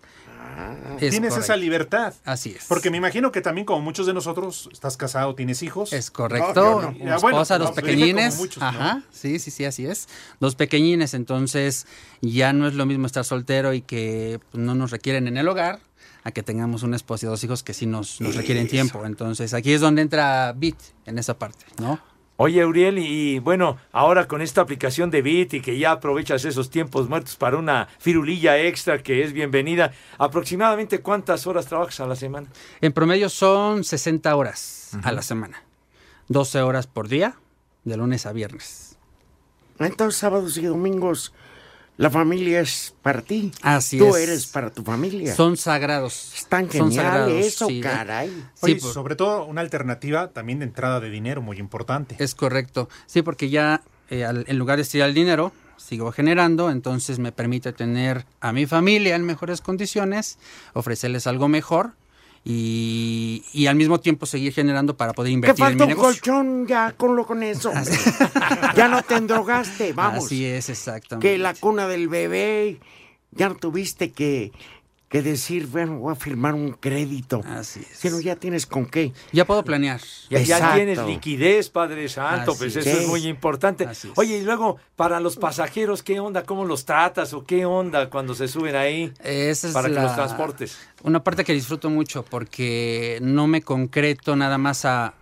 S17: Es
S4: Tienes esa
S17: correcto.
S4: libertad.
S17: Así es.
S4: Porque me imagino que también, como muchos de nosotros, estás casado, tienes hijos.
S17: Es correcto.
S4: No, yo no.
S17: Mi
S4: Ah, bueno,
S17: esposa,
S4: no,
S17: los
S4: dije como
S17: pequeñines.
S4: muchos, ¿no?
S17: Ajá. Sí, sí, sí, así es. Los pequeñines. Entonces, ya no es lo mismo estar soltero y que pues, no nos requieren en el hogar a que tengamos una esposa y dos hijos que sí nos, nos requieren tiempo. Entonces, aquí es donde entra Bit en esa parte, ¿no?
S3: Oye, Uriel, y, y bueno, ahora con esta aplicación de Bit y que ya aprovechas esos tiempos muertos para una firulilla extra que es bienvenida, ¿aproximadamente cuántas horas trabajas a la semana?
S17: En promedio son 60 horas a la semana. 12 horas por día, de lunes a viernes.
S2: Entonces, sábados y domingos, la familia es para ti.
S17: Así
S2: Tú
S17: es.
S2: eres para tu familia.
S17: Son sagrados.
S2: Están
S17: Son
S2: genial eso,
S17: sí, ¿eh?
S2: caray.
S4: Oye,
S17: Sí, por-
S4: sobre todo una alternativa también de entrada de dinero muy importante.
S17: Es correcto. Sí, porque ya eh, al- en lugar de estirar el dinero, sigo generando, entonces me permite tener a mi familia en mejores condiciones, ofrecerles algo mejor y, y al mismo tiempo seguir generando para poder
S2: Que
S17: invertir en
S2: falta
S17: mi
S2: un
S17: negocio.
S2: colchón ya con lo con eso. hombre. ya no te endrogaste, vamos.
S17: Así es, exactamente.
S2: que la cuna del bebé, ya no tuviste que, que decir, bueno, voy a firmar un crédito.
S17: Así es.
S2: Sino ya tienes con qué.
S17: Ya puedo planear.
S3: Ya, ya
S2: Exacto.
S3: tienes liquidez, Padre Santo,
S17: Así
S3: pues
S17: es.
S3: eso es muy importante.
S17: Así es.
S3: Oye, y luego, para los pasajeros, ¿qué onda? ¿Cómo los tratas o qué onda cuando se suben ahí
S17: Esa es
S3: para que
S17: la-
S3: los transportes?
S17: Una parte que disfruto mucho porque no me concreto nada más a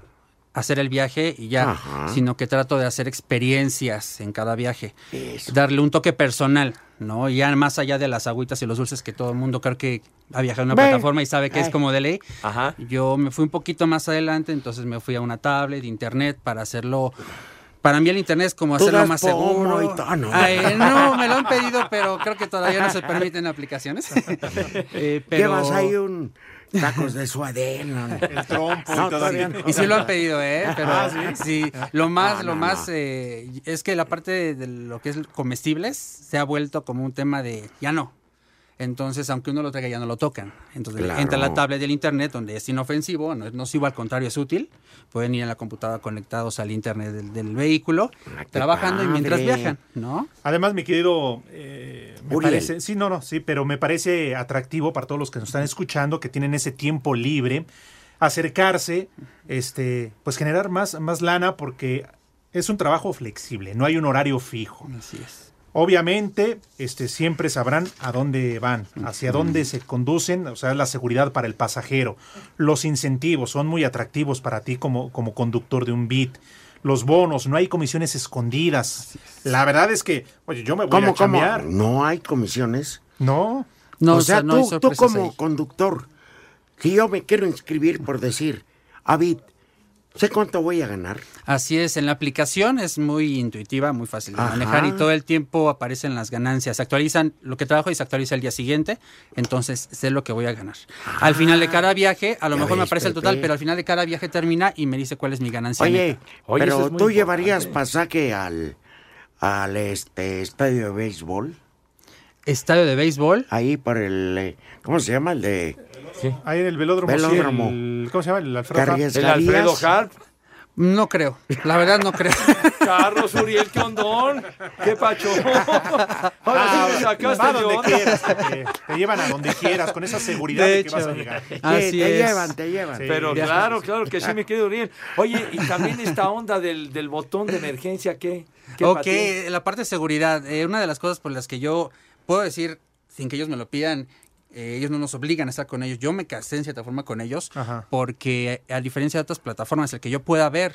S17: hacer el viaje y ya,
S2: Ajá.
S17: sino que trato de hacer experiencias en cada viaje.
S2: Eso.
S17: Darle un toque personal, ¿no? Ya más allá de las agüitas y los dulces que todo el mundo creo que ha viajado en una
S2: Ven.
S17: plataforma y sabe que es
S2: Ay.
S17: como de ley.
S3: Ajá.
S17: Yo me fui un poquito más adelante, entonces me fui a una tablet, internet, para hacerlo... Para mí el internet es como
S2: Tú
S17: hacerlo
S2: das
S17: más
S2: pomo
S17: seguro.
S2: y to- ah, no.
S17: Ay, no, me lo han pedido,
S2: (laughs)
S17: pero creo que todavía no se permiten aplicaciones. (laughs) Eh, pero...
S2: (laughs) Llevas ahí un tacos de suadero.
S17: (laughs)
S4: El trompo
S2: No,
S4: y todo
S2: todavía
S4: así.
S2: no.
S17: Y sí lo han pedido, ¿eh? Pero
S4: Ah,
S17: ¿sí? lo más,
S2: No,
S17: lo
S2: no,
S17: más,
S2: no.
S17: eh, es que la parte de, de lo que es comestibles se ha vuelto como un tema de, ya no. Entonces, aunque uno lo traiga, ya no lo tocan. Entonces,
S2: Claro.
S17: entra la tablet del internet, donde es inofensivo, no es nocivo, al contrario, es útil. Pueden ir a la computadora conectados al internet del, del vehículo,
S2: Ah, qué
S17: trabajando y mientras
S2: padre.
S17: viajan, ¿no?
S4: Además, mi querido, eh, me
S2: Uriel.
S4: parece, sí, no, no, sí, pero me parece atractivo para todos los que nos están escuchando, que tienen ese tiempo libre, acercarse, este, pues generar más, más lana porque es un trabajo flexible, no hay un horario fijo.
S17: Así es.
S4: Obviamente, este, siempre sabrán a dónde van, hacia dónde se conducen, o sea, la seguridad para el pasajero. Los incentivos son muy atractivos para ti como, como conductor de un beat. Los bonos, no hay comisiones escondidas. La verdad es que, oye, yo me voy
S2: ¿Cómo,
S4: a cambiar.
S2: cómo? No hay comisiones.
S4: No.
S2: No,
S4: No,
S2: o
S4: o sea,
S2: sea,
S4: no hay
S2: tú, tú
S4: sorpresas
S2: como
S4: ahí.
S2: conductor, si yo me quiero inscribir por decir, Avid, ¿sé cuánto voy a ganar?
S17: Así es, en la aplicación es muy intuitiva, muy fácil de
S2: Ajá.
S17: manejar y todo el tiempo aparecen las ganancias. Se actualizan lo que trabajo y se actualiza el día siguiente, entonces sé lo que voy a ganar. Al final de cada viaje, a lo
S2: Ah, Ya
S17: mejor me
S2: ves,
S17: aparece el total,
S2: Pepe.
S17: pero al final de cada viaje termina y me dice cuál es mi ganancia.
S2: Oye,
S17: neta.
S2: pero tú llevarías pasaje al, al este estadio de béisbol.
S17: ¿Estadio de béisbol?
S2: Ahí por el, eh, ¿cómo se llama? El de...
S4: Ahí en el velódromo. sí,
S2: Velódromo.
S4: el- ¿Cómo se llama? El Alfredo
S2: ¿Te
S4: Harp.
S2: arriesgarías?
S17: No creo, la verdad no creo.
S3: Carlos Uriel Condón, qué
S4: (laughs)
S3: pacho. Ah, pues, Ahora sí me sacaste
S4: Va
S3: de
S4: donde
S3: onda.
S4: quieras, eh, te llevan a donde quieras, con esa seguridad de,
S3: De
S4: que vas a
S3: hecho.
S4: llegar.
S3: Así
S2: te
S3: es.
S2: llevan, te llevan.
S4: Sí.
S3: Pero
S4: Viajes.
S3: claro, claro que sí, me quedo bien. Oye, y también (laughs) esta onda del, del botón de emergencia, ¿qué? ¿Qué
S17: ok,
S3: patín?
S17: la parte de seguridad. eh, una de las cosas por las que yo puedo decir, sin que ellos me lo pidan, eh, ellos no nos obligan a estar con ellos. Yo me casé en cierta forma con ellos porque, a diferencia de otras plataformas, el que yo pueda ver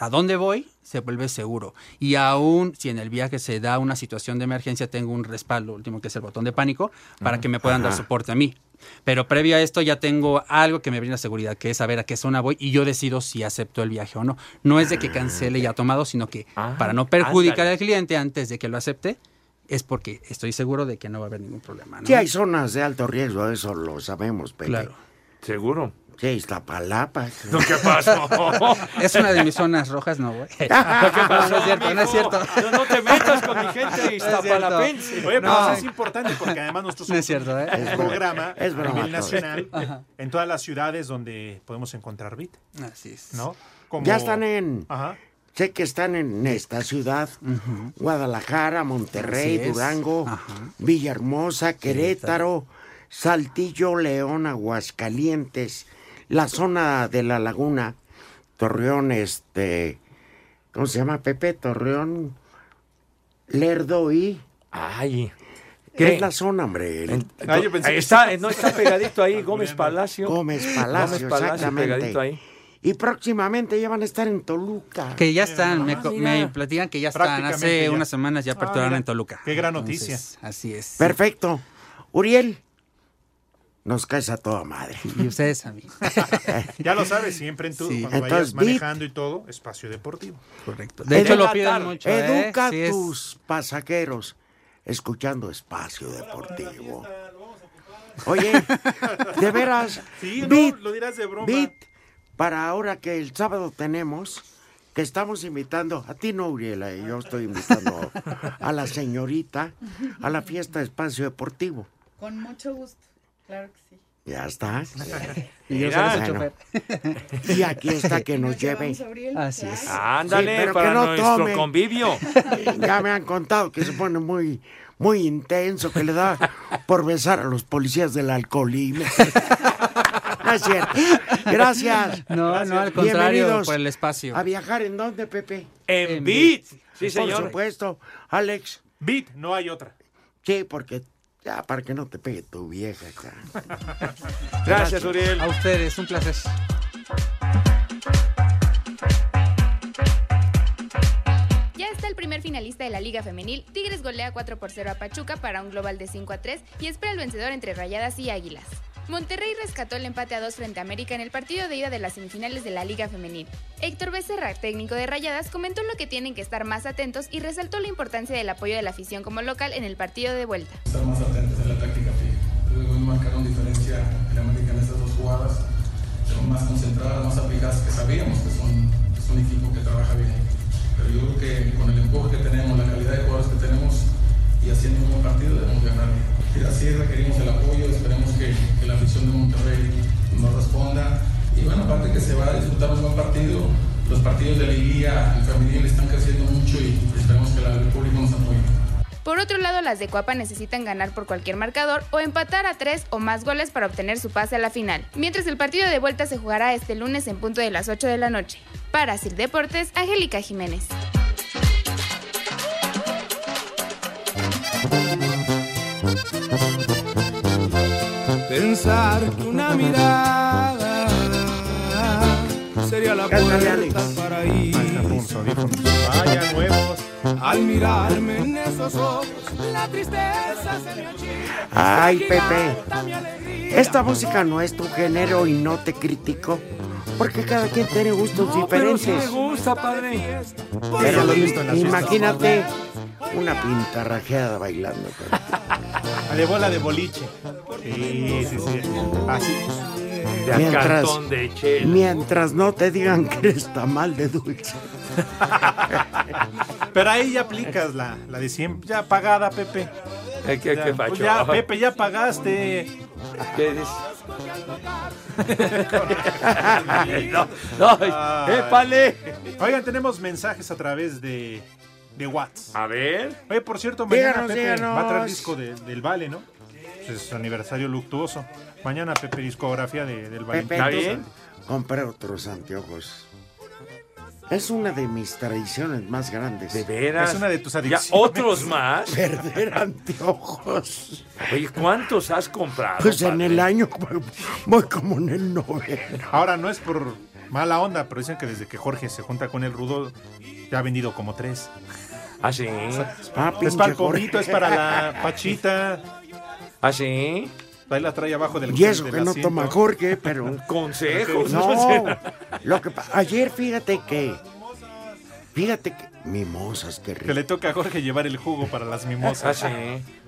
S17: a dónde voy se vuelve seguro. Y aún si en el viaje se da una situación de emergencia, tengo un respaldo último que es el botón de pánico para que me puedan dar
S2: Ajá.
S17: soporte a mí. Pero previo a esto ya tengo algo que me brinda seguridad, que es saber a qué zona voy y yo decido si acepto el viaje o no. No es de que cancele ya tomado, sino que para no perjudicar
S2: ándale.
S17: al cliente antes de que lo acepte, es porque estoy seguro de que no va a haber ningún problema. ¿no?
S2: Sí hay zonas de alto riesgo, eso lo sabemos, Pepe.
S17: Claro.
S3: ¿Seguro?
S2: Sí, Iztapalapa.
S3: No, ¿qué pasó?
S17: (laughs) Es una de mis zonas rojas, no,
S2: (laughs)
S17: güey.
S2: ¿Qué
S17: No,
S2: pasó,
S17: no es cierto, no es cierto.
S3: No, no te metas con mi
S17: (laughs)
S3: gente iztapalapense.
S4: Oye, pero
S17: No.
S4: eso es importante porque además nosotros
S17: No es cierto, ¿eh?
S4: un
S17: Es broma,
S4: programa
S17: es broma
S4: a nivel
S17: todo
S4: nacional
S17: esto. Ajá.
S4: en todas las ciudades donde podemos encontrar BIT.
S17: Así es.
S4: ¿No? Como-
S2: Ya están en...
S4: Ajá.
S2: Sé que están en esta ciudad, Guadalajara, Monterrey,
S17: Así es.
S2: Durango, Villahermosa, Querétaro, Saltillo, León, Aguascalientes, la zona de la laguna, Torreón, este, ¿cómo se llama Pepe? Torreón, Lerdo y...
S3: Ay,
S2: Es la zona, hombre. el-
S4: Ah,
S3: Ahí está, eh, no está pegadito ahí, Gómez Palacio.
S2: Gómez Palacio, exactamente.
S3: pegadito ahí.
S2: Y próximamente ya van a estar en Toluca.
S17: Que ya están, me, co-
S2: Ah, mira.
S17: me platican que ya están.
S2: Prácticamente
S17: Hace
S2: ya.
S17: unas semanas ya
S2: Ah,
S17: aperturaron
S2: mira.
S17: en Toluca.
S2: Qué gran
S17: Entonces,
S2: noticia.
S17: Así es.
S2: Perfecto. Uriel, nos caes a toda madre.
S17: Y ustedes
S2: (laughs)
S17: a mí.
S4: Ya lo sabes, siempre en tu,
S2: Sí.
S4: cuando
S2: Entonces,
S4: vayas
S2: Bit.
S4: manejando y todo, espacio deportivo.
S17: Correcto.
S2: Educa-
S17: piden mucho, ¿eh?
S2: Educa
S17: Sí es-
S2: a tus pasajeros escuchando Espacio Deportivo. Oye, de veras,
S4: (laughs) Sí, no,
S2: Bit,
S4: lo dirás de broma.
S2: Bit, para ahora que el sábado tenemos, que estamos invitando, a ti no, Uriela, eh, yo estoy invitando a la señorita a la fiesta de Espacio Deportivo.
S18: Con mucho gusto, claro que sí.
S2: Ya está.
S18: Y yo solo soy
S2: Bueno, Y aquí está que nos lleve.
S18: Así es.
S3: Ándale,
S2: Sí, pero
S3: para
S2: que no
S3: nuestro
S2: tome.
S3: convivio.
S2: Ya me han contado que se pone muy, muy intenso, que le da por besar a los policías del alcoholismo. No es cierto. Gracias.
S17: No, no, al contrario,
S2: Bienvenidos
S17: por el espacio.
S2: ¿A viajar en dónde, Pepe?
S3: En Bit. Sí,
S2: Por
S3: señor.
S2: supuesto, Alex.
S4: Bit, no hay otra.
S2: Sí, porque ya, para que no te pegue tu vieja. acá.
S3: Gracias, Uriel.
S17: A ustedes, un placer.
S19: Ya está el primer finalista de la Liga Femenil. Tigres golea 4 por 0 a Pachuca para un global de 5 a 3 y espera el vencedor entre Rayadas y Águilas. Monterrey rescató el empate a 2 frente a América en el partido de ida de las semifinales de la Liga Femenil. Héctor Becerra, técnico de Rayadas, comentó lo que tienen que estar más atentos y resaltó la importancia del apoyo de la afición como local en el partido de vuelta.
S20: estar más atentos a la táctica fija. Creo que hoy marcaron diferencia el América en estas dos jugadas. Son más concentradas, más aplicadas que sabíamos que son, que es un equipo que trabaja bien. Pero yo creo que con el empuje que tenemos, la calidad de jugadores que tenemos y haciendo un buen partido debemos ganar. Y así requerimos el apoyo, esperemos que, que la afición de Monterrey nos responda. Y bueno, aparte que se va a disfrutar un buen partido, los partidos de la Liga, el femenil están creciendo mucho y esperemos que la- el público nos apoye.
S19: Por otro lado, las de Cuapa necesitan ganar por cualquier marcador o empatar a tres o más goles para obtener su pase a la final, mientras el partido de vuelta se jugará este lunes en punto de las 8 de la noche. Para Sir Deportes, Angélica Jiménez.
S21: Pensar que una mirada sería la puerta para ir. Vaya
S17: Pues,
S21: nuevos. Al mirarme en esos ojos, la tristeza se me achina.
S2: Ay, Pepe. Esta música no es tu género y no te critico. Porque cada quien tiene gustos
S3: Pero
S2: diferentes.
S3: sí me gusta, padre.
S2: Pero
S3: Por eso-
S2: imagínate una pintarrajeada bailando.
S4: Ale bola de boliche. Sí, sí, sí. Así.
S3: De a
S2: Mientras,
S3: cartón de chela.
S2: mientras no te digan que eres tamal de dulce.
S4: Pero ahí ya aplicas la, la de siempre. Ya pagada, Pepe.
S3: Eh, ¿Qué,
S4: Ya,
S3: qué
S4: pues
S3: pacho?
S4: ya, Pepe, ya pagaste.
S3: ¿Qué dices? No, no, épale.
S4: Oigan, tenemos mensajes a través de, de WhatsApp.
S3: A ver.
S4: Oye, por cierto, mañana
S2: Díganos,
S4: Pepe
S2: díganos.
S4: va a traer disco de- del Vale, ¿no? Pues es su aniversario luctuoso. Mañana Pepe discografía de- del Vale.
S2: Pepe, tú compré otros anteojos. Es una de mis tradiciones más grandes. ¿De
S3: veras? Es una de tus Ya, adicciones. ¿otros más?
S2: Perder anteojos.
S3: Oye, ¿cuántos has comprado?
S2: Pues en
S3: padre?
S2: el año (laughs) voy como en el noveno.
S4: Ahora no es por mala onda, pero dicen que desde que Jorge se junta con el Rudo, ya ha vendido como tres.
S3: Ah, sí.
S2: Ah,
S4: es para
S2: pinche
S4: el pobrito,
S2: Jorge.
S4: es para la pachita.
S3: ¿Ah, sí?
S4: Ahí la trae abajo del
S2: Y eso
S4: del
S2: que no
S4: asiento.
S2: toma Jorge, pero.
S3: Consejos.
S4: (laughs)
S2: No. Lo que pa- ayer, fíjate que. Fíjate que. Mimosas, qué
S4: Que
S2: rico.
S4: le toca a Jorge llevar el jugo para las
S3: Ah,
S4: mimosas.
S3: sí.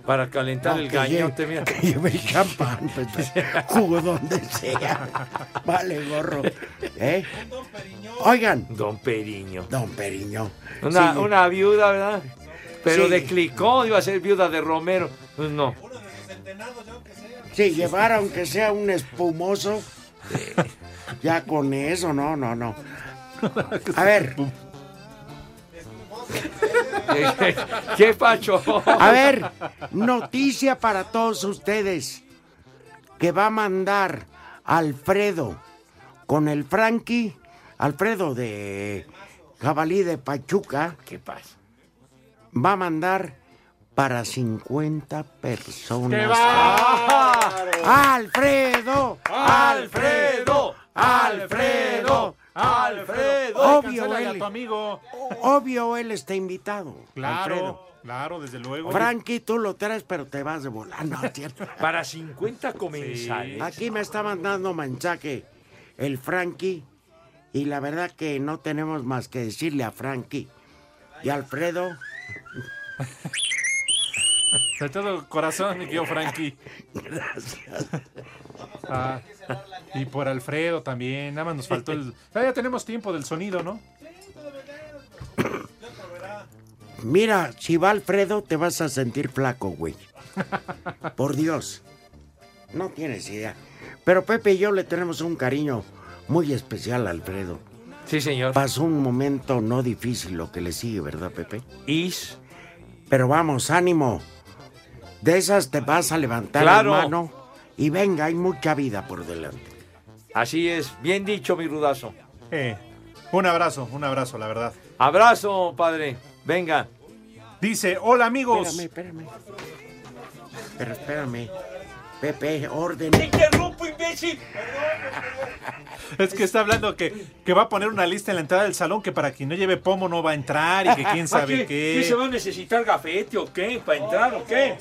S3: Para calentar
S2: No,
S3: el
S2: que
S3: gañote,
S2: lle-
S3: mira.
S2: que lleve el champán, Pepe. pues, jugo donde sea. Vale, gorro. ¿Eh? Oigan.
S3: Don Periño.
S2: Don Periño.
S3: Una,
S2: Sí.
S3: una viuda, ¿verdad? Pero
S2: Sí.
S3: de Clicón iba a ser viuda de Romero. Pues no.
S2: Si llevara aunque sea un espumoso, ya con eso, no, no,
S3: (laughs)
S2: no. A ver.
S3: ¿Qué, (laughs) qué pacho?
S2: A ver, noticia para todos ustedes que va a mandar Alfredo con el Frankie, Alfredo de Jabalí de Pachuca.
S3: ¿Qué pasa?
S2: Va a mandar para 50 personas.
S3: ¡Qué va!
S2: ¡Alfredo!
S3: ¡Alfredo!
S2: ¡Alfredo!
S4: Alfredo,
S2: Obvio,
S4: cancélale a
S2: él,
S4: tu amigo.
S2: obvio, él está invitado.
S4: Claro,
S2: Alfredo.
S4: claro, desde luego.
S2: Frankie, tú lo traes, pero te vas de volar. No, es
S4: (laughs)
S2: cierto.
S3: Para 50 comensales.
S2: Aquí me está mandando mensaje el Frankie. Y la verdad que no tenemos más que decirle a Frankie y Alfredo
S4: De todo corazón, mi querido Frankie.
S2: Gracias.
S4: Ah, y por Alfredo también. Nada más nos
S2: (laughs)
S4: faltó el. Ah, ya tenemos tiempo del sonido, ¿no?
S2: Mira, si va Alfredo, te vas a sentir flaco,
S3: (laughs)
S2: güey. Por Dios. No tienes idea. Pero Pepe y yo le tenemos un cariño muy especial a Alfredo.
S3: Sí, señor.
S2: Pasó un momento no difícil lo que le sigue, ¿verdad, Pepe?
S3: Is.
S2: Pero vamos, ánimo. De esas te vas a levantar,
S3: Claro.
S2: hermano. Y venga, hay mucha vida por delante.
S3: Así es. Bien dicho, mi rudazo.
S4: Eh, un abrazo, un abrazo, la verdad.
S3: Abrazo, padre. Venga.
S4: Dice, hola amigos.
S2: Espérame, espérame. Pero espérame. Pepe, orden.
S3: ¡Interrumpo, imbécil!
S4: Es que está hablando que, que va a poner una lista en la entrada del salón que para quien no lleve pomo no va a entrar
S3: (laughs)
S4: y que
S2: (laughs)
S4: quién sabe
S3: ¿Qué,
S4: qué.
S3: ¿Qué se va a necesitar gafete o qué? ¿Para entrar o qué?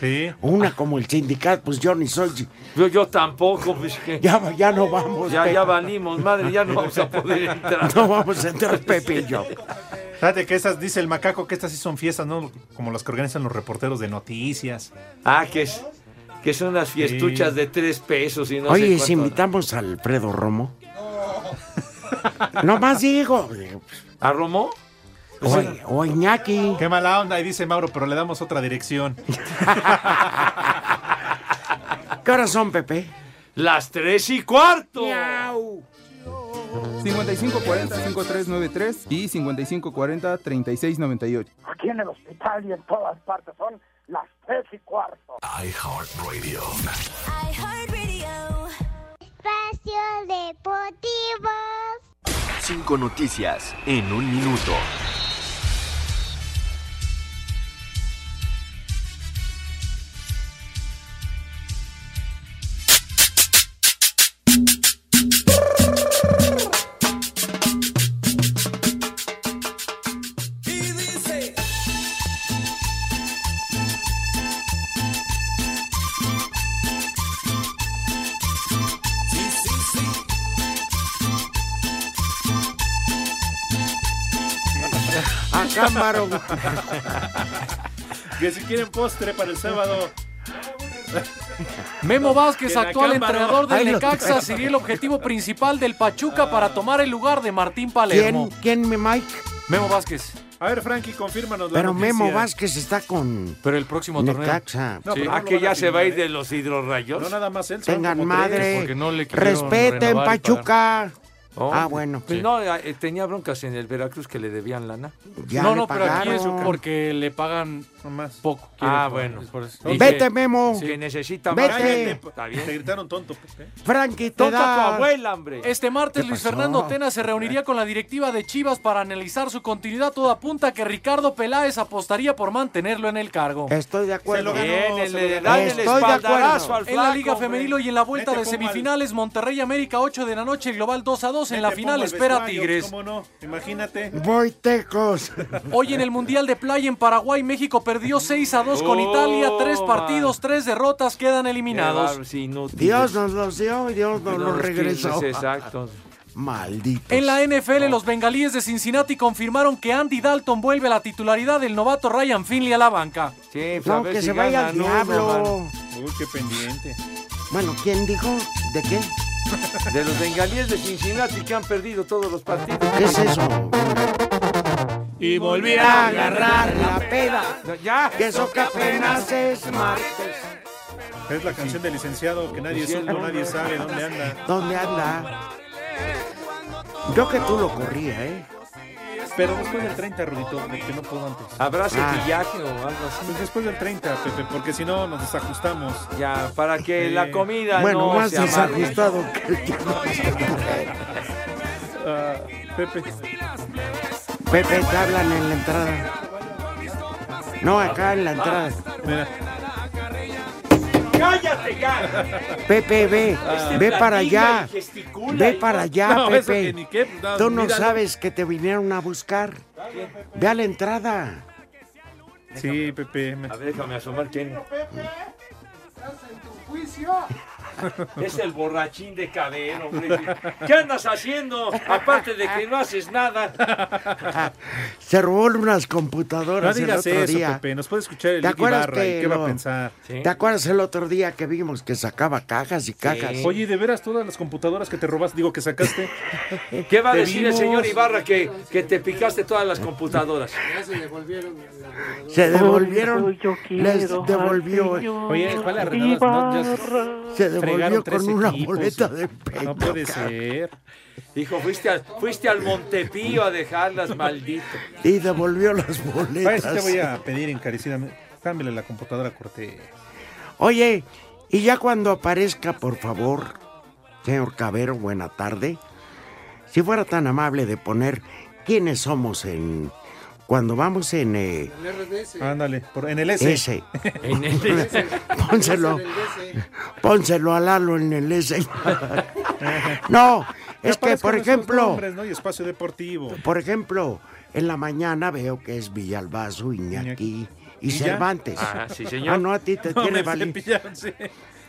S4: Sí.
S2: Una como el sindicato, pues yo ni soy.
S3: Yo, yo tampoco, pues que.
S2: Ya, ya no vamos.
S3: Ya,
S2: Pepe.
S3: ya valimos, madre, ya no vamos a
S2: (laughs)
S3: poder entrar.
S2: No vamos a entrar, Pepe y yo.
S4: Fíjate que estas, dice el macaco, que estas sí son fiestas, ¿no? Como las que organizan los reporteros de noticias.
S3: Ah, que es, que son las fiestuchas
S4: Sí.
S3: de tres pesos y no sé
S2: Oye, ¿y
S3: cuánto.
S2: si invitamos a Alfredo Romo. No más digo.
S3: ¿A Romo? Pues
S2: O, o Iñaki.
S4: Qué mala onda, y dice Mauro, pero le damos otra
S2: (laughs)
S4: dirección.
S2: ¿Qué horas son, Pepe?
S3: Las tres y cuarto.
S21: 5540-5393 y 5540-3698.
S6: Aquí en el hospital y en todas partes son las tres y cuarto.
S21: iHeartRadio.
S7: Espacio Deportivo.
S22: Cinco noticias en un minuto.
S2: A Cámbaro.
S4: (laughs) que si quieren postre para el sábado.
S22: Memo Vázquez,
S4: Que la
S22: actual
S4: cámara-
S22: entrenador del
S4: Ahí lo
S22: Necaxa,
S4: traigo.
S22: sería el objetivo principal del Pachuca para tomar el lugar de Martín Palermo.
S2: ¿Quién? ¿Quién, mi Mike?
S22: Memo Vázquez.
S4: A ver, Frankie, confírmanos la
S2: Pero
S4: noticia.
S2: Memo Vázquez está con.
S22: Pero el próximo Ah,
S4: torneo.
S2: Necaxa.
S4: No, pero no
S3: ¿A ¿eh?
S4: lo
S3: que
S4: van a
S3: ya se va a ir
S4: firmar,
S3: de los hidrorrayos?
S4: No nada más él. son
S2: Tengan
S4: como tres.
S2: madre.
S22: porque no le quisieron
S2: Respeten,
S22: renovar y
S2: Pachuca.
S3: Oh,
S2: Ah, bueno.
S3: pues No, eh, tenía broncas en el Veracruz que le debían lana.
S2: Ya
S22: no,
S2: le
S22: no, pero aquí es
S2: pagaron.
S22: porque le pagan poco.
S3: Ah,
S22: Quiere-
S3: bueno.
S22: es por eso.
S3: Dije,
S2: Vete, Memo.
S3: Que necesita
S2: Vete.
S3: más. gente. Está bien.
S4: Te gritaron tonto. pues, ¿eh?
S2: Frankie, te
S3: Tonta tu
S2: da.
S3: abuela, hombre.
S22: Este martes Luis Fernando Tena se reuniría con la directiva de Chivas para analizar su continuidad. Toda apunta que Ricardo Peláez apostaría por mantenerlo en el cargo.
S2: Estoy de acuerdo.
S3: Bien,
S4: se lo
S3: le
S4: ganó.
S3: dan el
S2: Estoy de
S3: espaldarazo
S2: acuerdo.
S3: al
S22: En la
S3: flaco,
S22: Liga
S3: hombre.
S22: Femenil y en la vuelta
S4: Vete
S22: de
S4: como
S22: semifinales, Monterrey América 8 de la noche, el global 2 a 2. En la
S4: Te pongo
S22: final
S4: el
S22: espera
S4: vestuario,
S22: Tigres.
S4: ¿Cómo no? Imagínate.
S2: Voy tecos.
S22: Hoy
S2: (laughs)
S22: en el Mundial de Playa en Paraguay, México perdió 6 a 2 con Italia. Tres
S3: Oh, man.
S22: partidos, tres derrotas quedan
S3: Qué
S22: eliminados.
S3: bárbaros, inútiles.
S2: Dios nos los dio y Dios nos
S3: Los
S2: los regresó.
S3: Tigres, Exacto.
S2: (laughs) Maldito.
S22: En la NFL, los bengalíes de Cincinnati confirmaron que Andy Dalton vuelve a la titularidad del novato Ryan Finley a la banca.
S3: Sí, pues, a
S2: No,
S3: ver
S2: que
S3: si
S2: se vaya al
S3: ganan uno,
S2: diablo.
S3: man.
S4: Uy, qué pendiente.
S2: Bueno, ¿quién dijo? ¿De qué?
S3: De los bengalíes de Cincinnati que han perdido todos los partidos.
S2: ¿Qué es eso?
S4: Y volví
S2: agarrar la peda.
S3: No, ya.
S2: Que eso que apenas es martes.
S4: Es la canción del licenciado que
S2: Pues
S4: nadie,
S3: Sí, el
S4: supo,
S3: nombre.
S4: nadie sabe dónde anda.
S2: ¿Dónde anda? Yo que tú lo corría, ¿eh?
S4: Pero después del 30, Rudito, porque no puedo antes.
S2: Ah.
S3: ¿Habrá cepillaje o algo
S4: Pues
S3: así?
S4: después del 30, Pepe, porque si no nos desajustamos. Este,
S3: Ya, para que la comida
S2: Bueno,
S3: no
S2: más
S3: se amargue.
S2: desajustado que el que no se-
S4: Ah, Pepe.
S2: Pepe, te hablan en la entrada. No, acá en la entrada.
S4: Mira,
S3: ¡Cállate Este ya!
S2: Pepe, ve, ve para allá. Ve para allá,
S4: Ah. No, eso que ni
S2: Pepe.
S4: qué, no,
S2: Tú no
S4: míralo.
S2: sabes que te vinieron a buscar. Ve a la
S4: (laughs)
S2: entrada.
S4: sí, Pepe. me-
S3: A ver, déjame asomar quién. Es el borrachín de cadero, hombre. ¿Qué andas haciendo? Aparte de que no
S2: (laughs)
S3: haces nada.
S2: Se robó unas
S4: No
S2: computadoras el
S4: digas
S2: otro
S4: eso,
S2: día.
S4: Pepe. Nos puede escuchar el
S2: Ah. ¿Te
S4: Lick
S2: acuerdas
S4: Ibarra
S2: que
S4: y qué va
S2: lo-
S4: a pensar.
S3: Sí.
S2: ¿Te acuerdas el otro día que vimos que sacaba cajas y cajas?
S4: Oye, ¿y de veras todas las computadoras que te robas, digo que sacaste?
S3: ¿Qué va a
S4: Te
S3: decir el
S4: vimos.
S3: señor Ibarra que, que te picaste todas las computadoras?
S2: Se devolvieron,
S8: yo
S2: les devolvió,
S4: Oye, ¿cuál la No,
S2: se devolvió
S4: Fregaron tres
S2: con una
S4: equipos.
S2: boleta de peña.
S4: no puede ser.
S3: Dijo, fuiste al, fuiste al Montepío a dejarlas, maldito.
S2: (laughs) Y devolvió las
S4: Ay, sí te
S2: boletas.
S4: voy a pedir encarecidamente. Cámbiale la computadora a Cortés.
S2: Oye, y ya cuando aparezca, por favor, señor Cabero, buena tarde. Si fuera tan amable de poner quiénes somos en cuando vamos en eh,
S4: Ándale, por- en el S. (laughs)
S2: ese,
S3: En el-
S2: pónselo, pónselo a Lalo en el ese.
S4: (laughs)
S2: (laughs) no,
S4: Ya
S2: es que
S4: aparezcan
S2: por
S4: nuestros
S2: ejemplo,
S4: nombres, ¿no? Y espacio deportivo.
S2: por ejemplo, en la mañana veo que es Villalbazo, Iñaki y
S4: ya?
S2: Cervantes.
S3: Ah, sí, señor.
S2: Ah, no, a ti te
S4: No,
S2: tiene
S4: me
S2: valiente.
S4: pillaron, sí.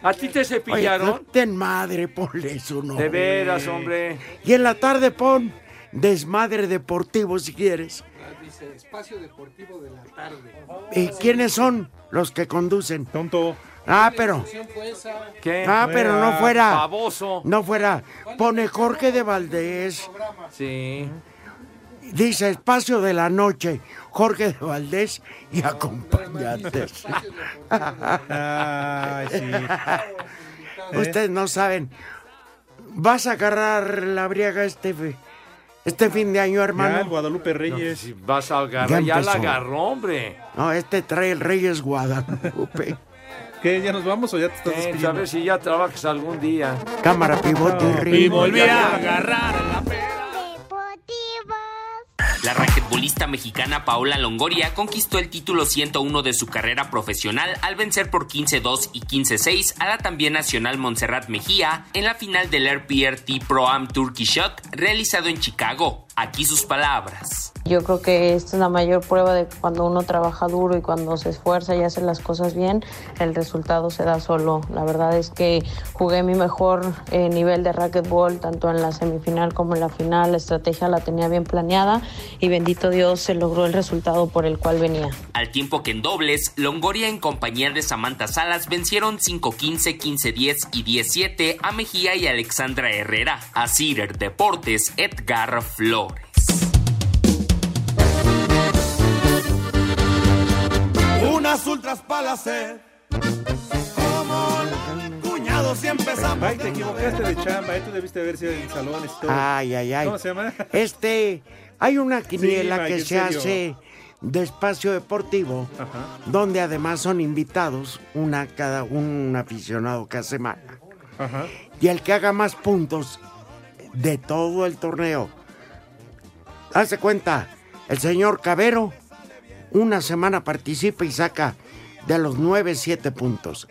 S3: ¿A ti te
S2: Oye,
S3: cepillaron?
S2: no ten madre, ponle su nombre.
S3: De veras, hombre.
S2: Y en la tarde pon desmadre deportivo si quieres. Dice espacio deportivo de la tarde. ¿Y quiénes son los que conducen?
S4: Tonto.
S2: Ah, pero,
S16: Pues,
S3: ¿Qué?
S2: ah, pero no fuera,
S3: Baboso.
S2: no fuera. Pone Jorge de Valdés.
S3: Sí.
S2: Dice espacio de la noche, Jorge de Valdés y acompañantes.
S4: Ay, sí.
S2: (laughs) Ustedes no saben. Vas a agarrar la briaga este, fe- este fin de año,
S4: Ya,
S2: hermano.
S4: Guadalupe
S3: No,
S4: Reyes.
S3: si vas a
S2: Ya
S3: agarrar, ya la
S2: empezó.
S3: agarró, hombre.
S2: No, este trae el Reyes Guadalupe.
S4: ¿Qué? ¿Ya nos vamos o ya te estás
S3: Ven, a
S4: despidiendo?
S3: ver si ya trabajas algún día.
S2: Cámara, pivote y ritmo.
S7: Deportivo.
S15: La raquetbolista mexicana Paola Longoria conquistó el título 101 de su carrera profesional al vencer por 15-2 y 15-6 a la también nacional Montserrat Mejía en la final del RPRT Pro Am Turkey Shot realizado en Chicago. Aquí sus palabras.
S5: Yo creo que esta es la mayor prueba de que cuando uno trabaja duro y cuando se esfuerza y hace las cosas bien, el resultado se da solo. La verdad es que jugué mi mejor eh, nivel de racquetball, tanto en la semifinal como en la final. La estrategia la tenía bien planeada y bendito Dios se logró el resultado por el cual venía.
S15: Al tiempo que en dobles, Longoria en compañía de Samantha Salas vencieron 5-15, 15-10 y 17 a Mejía y Alexandra Herrera. A Cider Deportes, Edgar Flores.
S21: Unas ultras para la sed. Como la de cuñado siempre zapa.
S4: Ay, te equivocaste de chamba, esto debiste haber sido en salones. Todo.
S2: Ay, ay, ay.
S4: ¿Cómo se llama?
S2: Este, hay una quiniela
S4: Mike,
S2: que
S4: en
S2: se
S4: serio.
S2: hace de espacio deportivo, donde además son invitados una cada un aficionado cada semana. Y el que haga más puntos de todo el torneo. Hace cuenta, el señor Cabero una semana participa y saca de los nueve, siete puntos.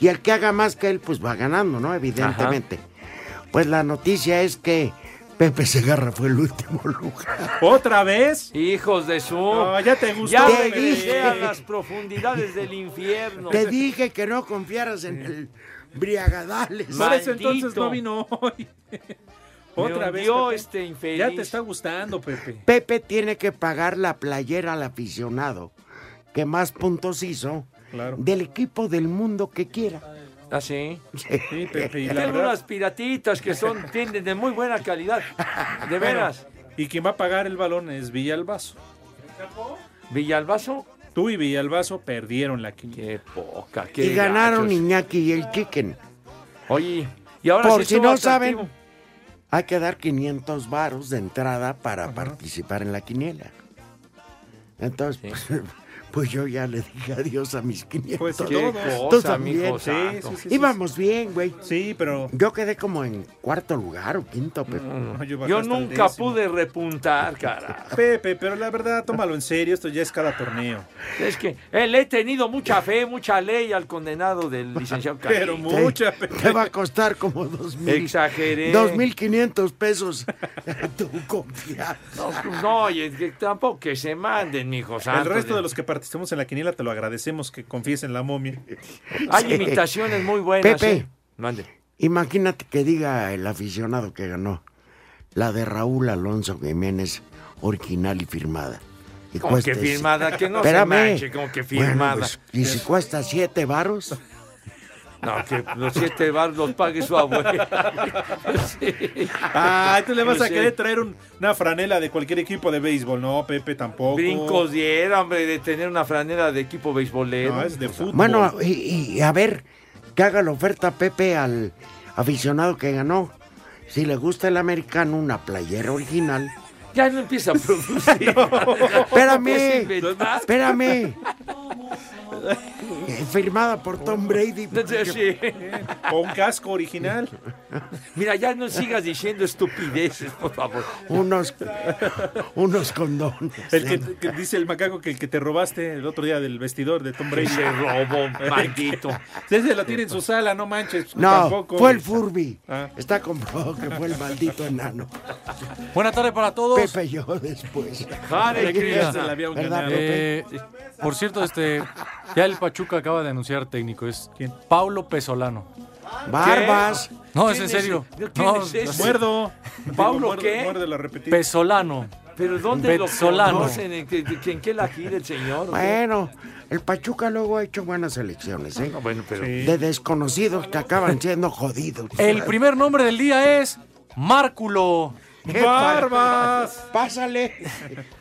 S2: Y el que haga más que él, pues va ganando, ¿no? Evidentemente. Pues la noticia es que Pepe Segarra fue el último (laughs) lugar.
S4: ¿Otra vez?
S3: Hijos de su.
S4: No, ya te gustó,
S3: Ya
S4: Pepe.
S3: regresé a las profundidades del infierno.
S2: Te dije que no confiaras en el Briagadales.
S4: Por eso entonces no vino hoy. Otra vez.
S3: hundió
S4: Pepe.
S3: este infeliz.
S4: Ya te está gustando, Pepe.
S2: Pepe tiene que pagar la playera al aficionado que más puntos hizo del equipo del mundo que quiera.
S3: ¿Ah, sí?
S4: Sí, Pepe.
S2: (laughs)
S4: Y
S3: Tengo
S4: la verdad,
S3: unas piratitas que son tienen de muy buena calidad. De veras.
S4: Y quien va a pagar el balón es Villalbazo.
S3: ¿Villalbazo?
S4: Tú y Villalbazo perdieron la quiniela. Qué poca,
S2: Y ganaron Iñaki y el Chicken.
S3: Oye, y ahora
S2: Por
S3: sí
S2: si
S3: estuvo
S2: no
S3: atractivo.
S2: saben, hay que dar 500 varos de entrada para participar en la quiniela. Entonces, pues, (laughs) pues yo ya le dije adiós a mis 500.
S4: Pues sí,
S2: Tú
S4: qué cosa,
S2: también.
S4: mijo Sí, santo. sí, sí, sí.
S2: Íbamos bien, güey.
S4: Sí, pero...
S2: Yo quedé como en cuarto lugar o quinto, pero...
S3: Mm. Yo nunca pude repuntar, cara.
S4: Pepe, pero la verdad, tómalo en serio, esto ya es cada torneo.
S3: Es que eh, le he tenido mucha fe, mucha ley al condenado del licenciado
S4: Pero
S3: Carrillo.
S4: mucha,
S2: Te, te va a costar como dos mil.
S3: Exageré.
S2: Dos mil quinientos pesos. (laughs) tu confianza.
S3: No, y es que tampoco que se manden, mijo
S4: El
S3: santo.
S4: resto de los que participamos en la quiniela te lo agradecemos que confíes en la momia.
S3: (laughs) Hay
S2: Sí.
S3: imitaciones muy buenas.
S2: Pepe.
S3: ¿eh? Mande.
S2: Imagínate que diga el aficionado que ganó. La de Raúl Alonso Jiménez, original y firmada. Y
S3: Como que firmada, que no se manche, como que
S2: Bueno,
S3: firmada.
S2: pues, y si cuesta siete varos,
S3: No, que los siete bar los pague su
S4: (laughs)
S3: abuela.
S4: Ah, tú le vas
S3: Yo
S4: a
S3: sé.
S4: querer traer un- una franela de cualquier equipo de béisbol. No, Pepe, tampoco.
S3: Brincos diera, hombre, de tener una franela de equipo beisbolero.
S4: No, es de fútbol.
S2: bueno, y, y a ver, que haga la oferta Pepe al aficionado que ganó. Si le gusta el americano, una playera original.
S3: (laughs) Ya no empieza
S22: (laughs)
S3: a producir.
S2: Espérame.
S3: Es inventar.
S2: Espérame. Eh, Firmada por Tom Brady.
S3: Sí.
S4: O un casco original.
S3: Mira, ya no sigas diciendo estupideces, por favor.
S2: Unos, unos condones.
S4: El que, que dice el macaco que el que te robaste el otro día del vestidor de Tom Brady.
S3: Se robó,
S4: (laughs)
S3: maldito.
S4: Ese lo tiene en su sala, no manches.
S2: No,
S4: tampoco.
S2: fue el Furby.
S4: Ah.
S2: Está comprobado que fue el maldito enano.
S22: Buena tarde para todos.
S2: Pepe yo después.
S22: Hare Krishna.
S4: se la había
S22: ¿Verdad,
S4: ganado.
S22: Pepe? Eh, por cierto, este, ya el Pachuca acaba de anunciar técnico. Es Paulo Pesolano.
S2: Barbas.
S22: No, es
S3: ¿Quién
S22: en
S3: es
S22: serio.
S3: ese? ¿Quién
S22: No,
S3: es ese?
S4: Muerdo.
S3: ¿Pablo
S4: Muerdo,
S3: qué?
S4: Muerdo la repetida.
S22: Pesolano.
S3: ¿Pero dónde lo
S22: Petzolano.
S3: conocen? ¿En, qué- en qué la gira el señor?
S2: Bueno, el Pachuca luego ha hecho buenas elecciones, ¿eh?
S3: bueno, pero...
S2: De desconocidos que acaban siendo jodidos.
S22: El primer nombre del día es Márculo.
S2: ¡Qué
S4: ¡Barbas!
S2: Pásale.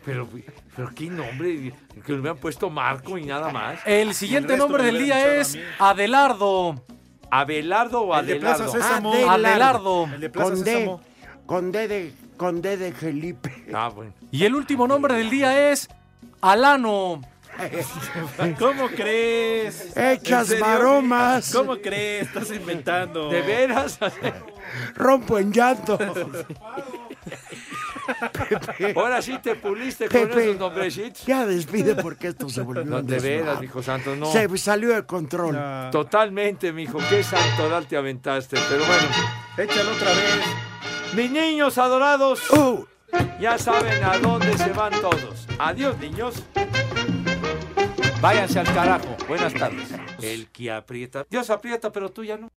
S3: Pero, pero qué nombre, que le hubieran puesto Marco y nada más.
S22: El siguiente
S3: El resto
S22: nombre
S3: me
S22: del
S3: hubieran
S22: día
S3: echado
S22: es Adelardo.
S3: Abelardo o
S22: El de
S3: Adelardo.
S22: Plaza Sésamo. Adelardo. El de Plaza
S2: Con D.
S22: Sésamo.
S2: Con D de, con D de Felipe.
S3: Ah, bueno.
S22: Y el último nombre del día es
S2: (laughs)
S22: Alano.
S4: ¿Cómo crees?
S2: Hechas
S4: ¿En serio?
S2: maromas.
S4: ¿Cómo crees? Estás inventando.
S3: ¿De veras? (laughs)
S2: Rompo en llanto.
S3: Ahora sí te puliste con
S2: Pepe.
S3: esos nombrecitos.
S2: Ya despide porque esto se volvió
S3: No,
S2: un
S3: de veras,
S2: desmadre.
S3: hijo santo, no.
S2: Se salió de control.
S3: Totalmente, mijo. Qué santoral te aventaste. Pero bueno,
S4: Échalo otra vez.
S3: mis niños adorados. Ya saben a dónde se van todos. Adiós, niños. Váyanse al carajo. Buenas tardes. El que aprieta. Dios aprieta, pero tú ya no.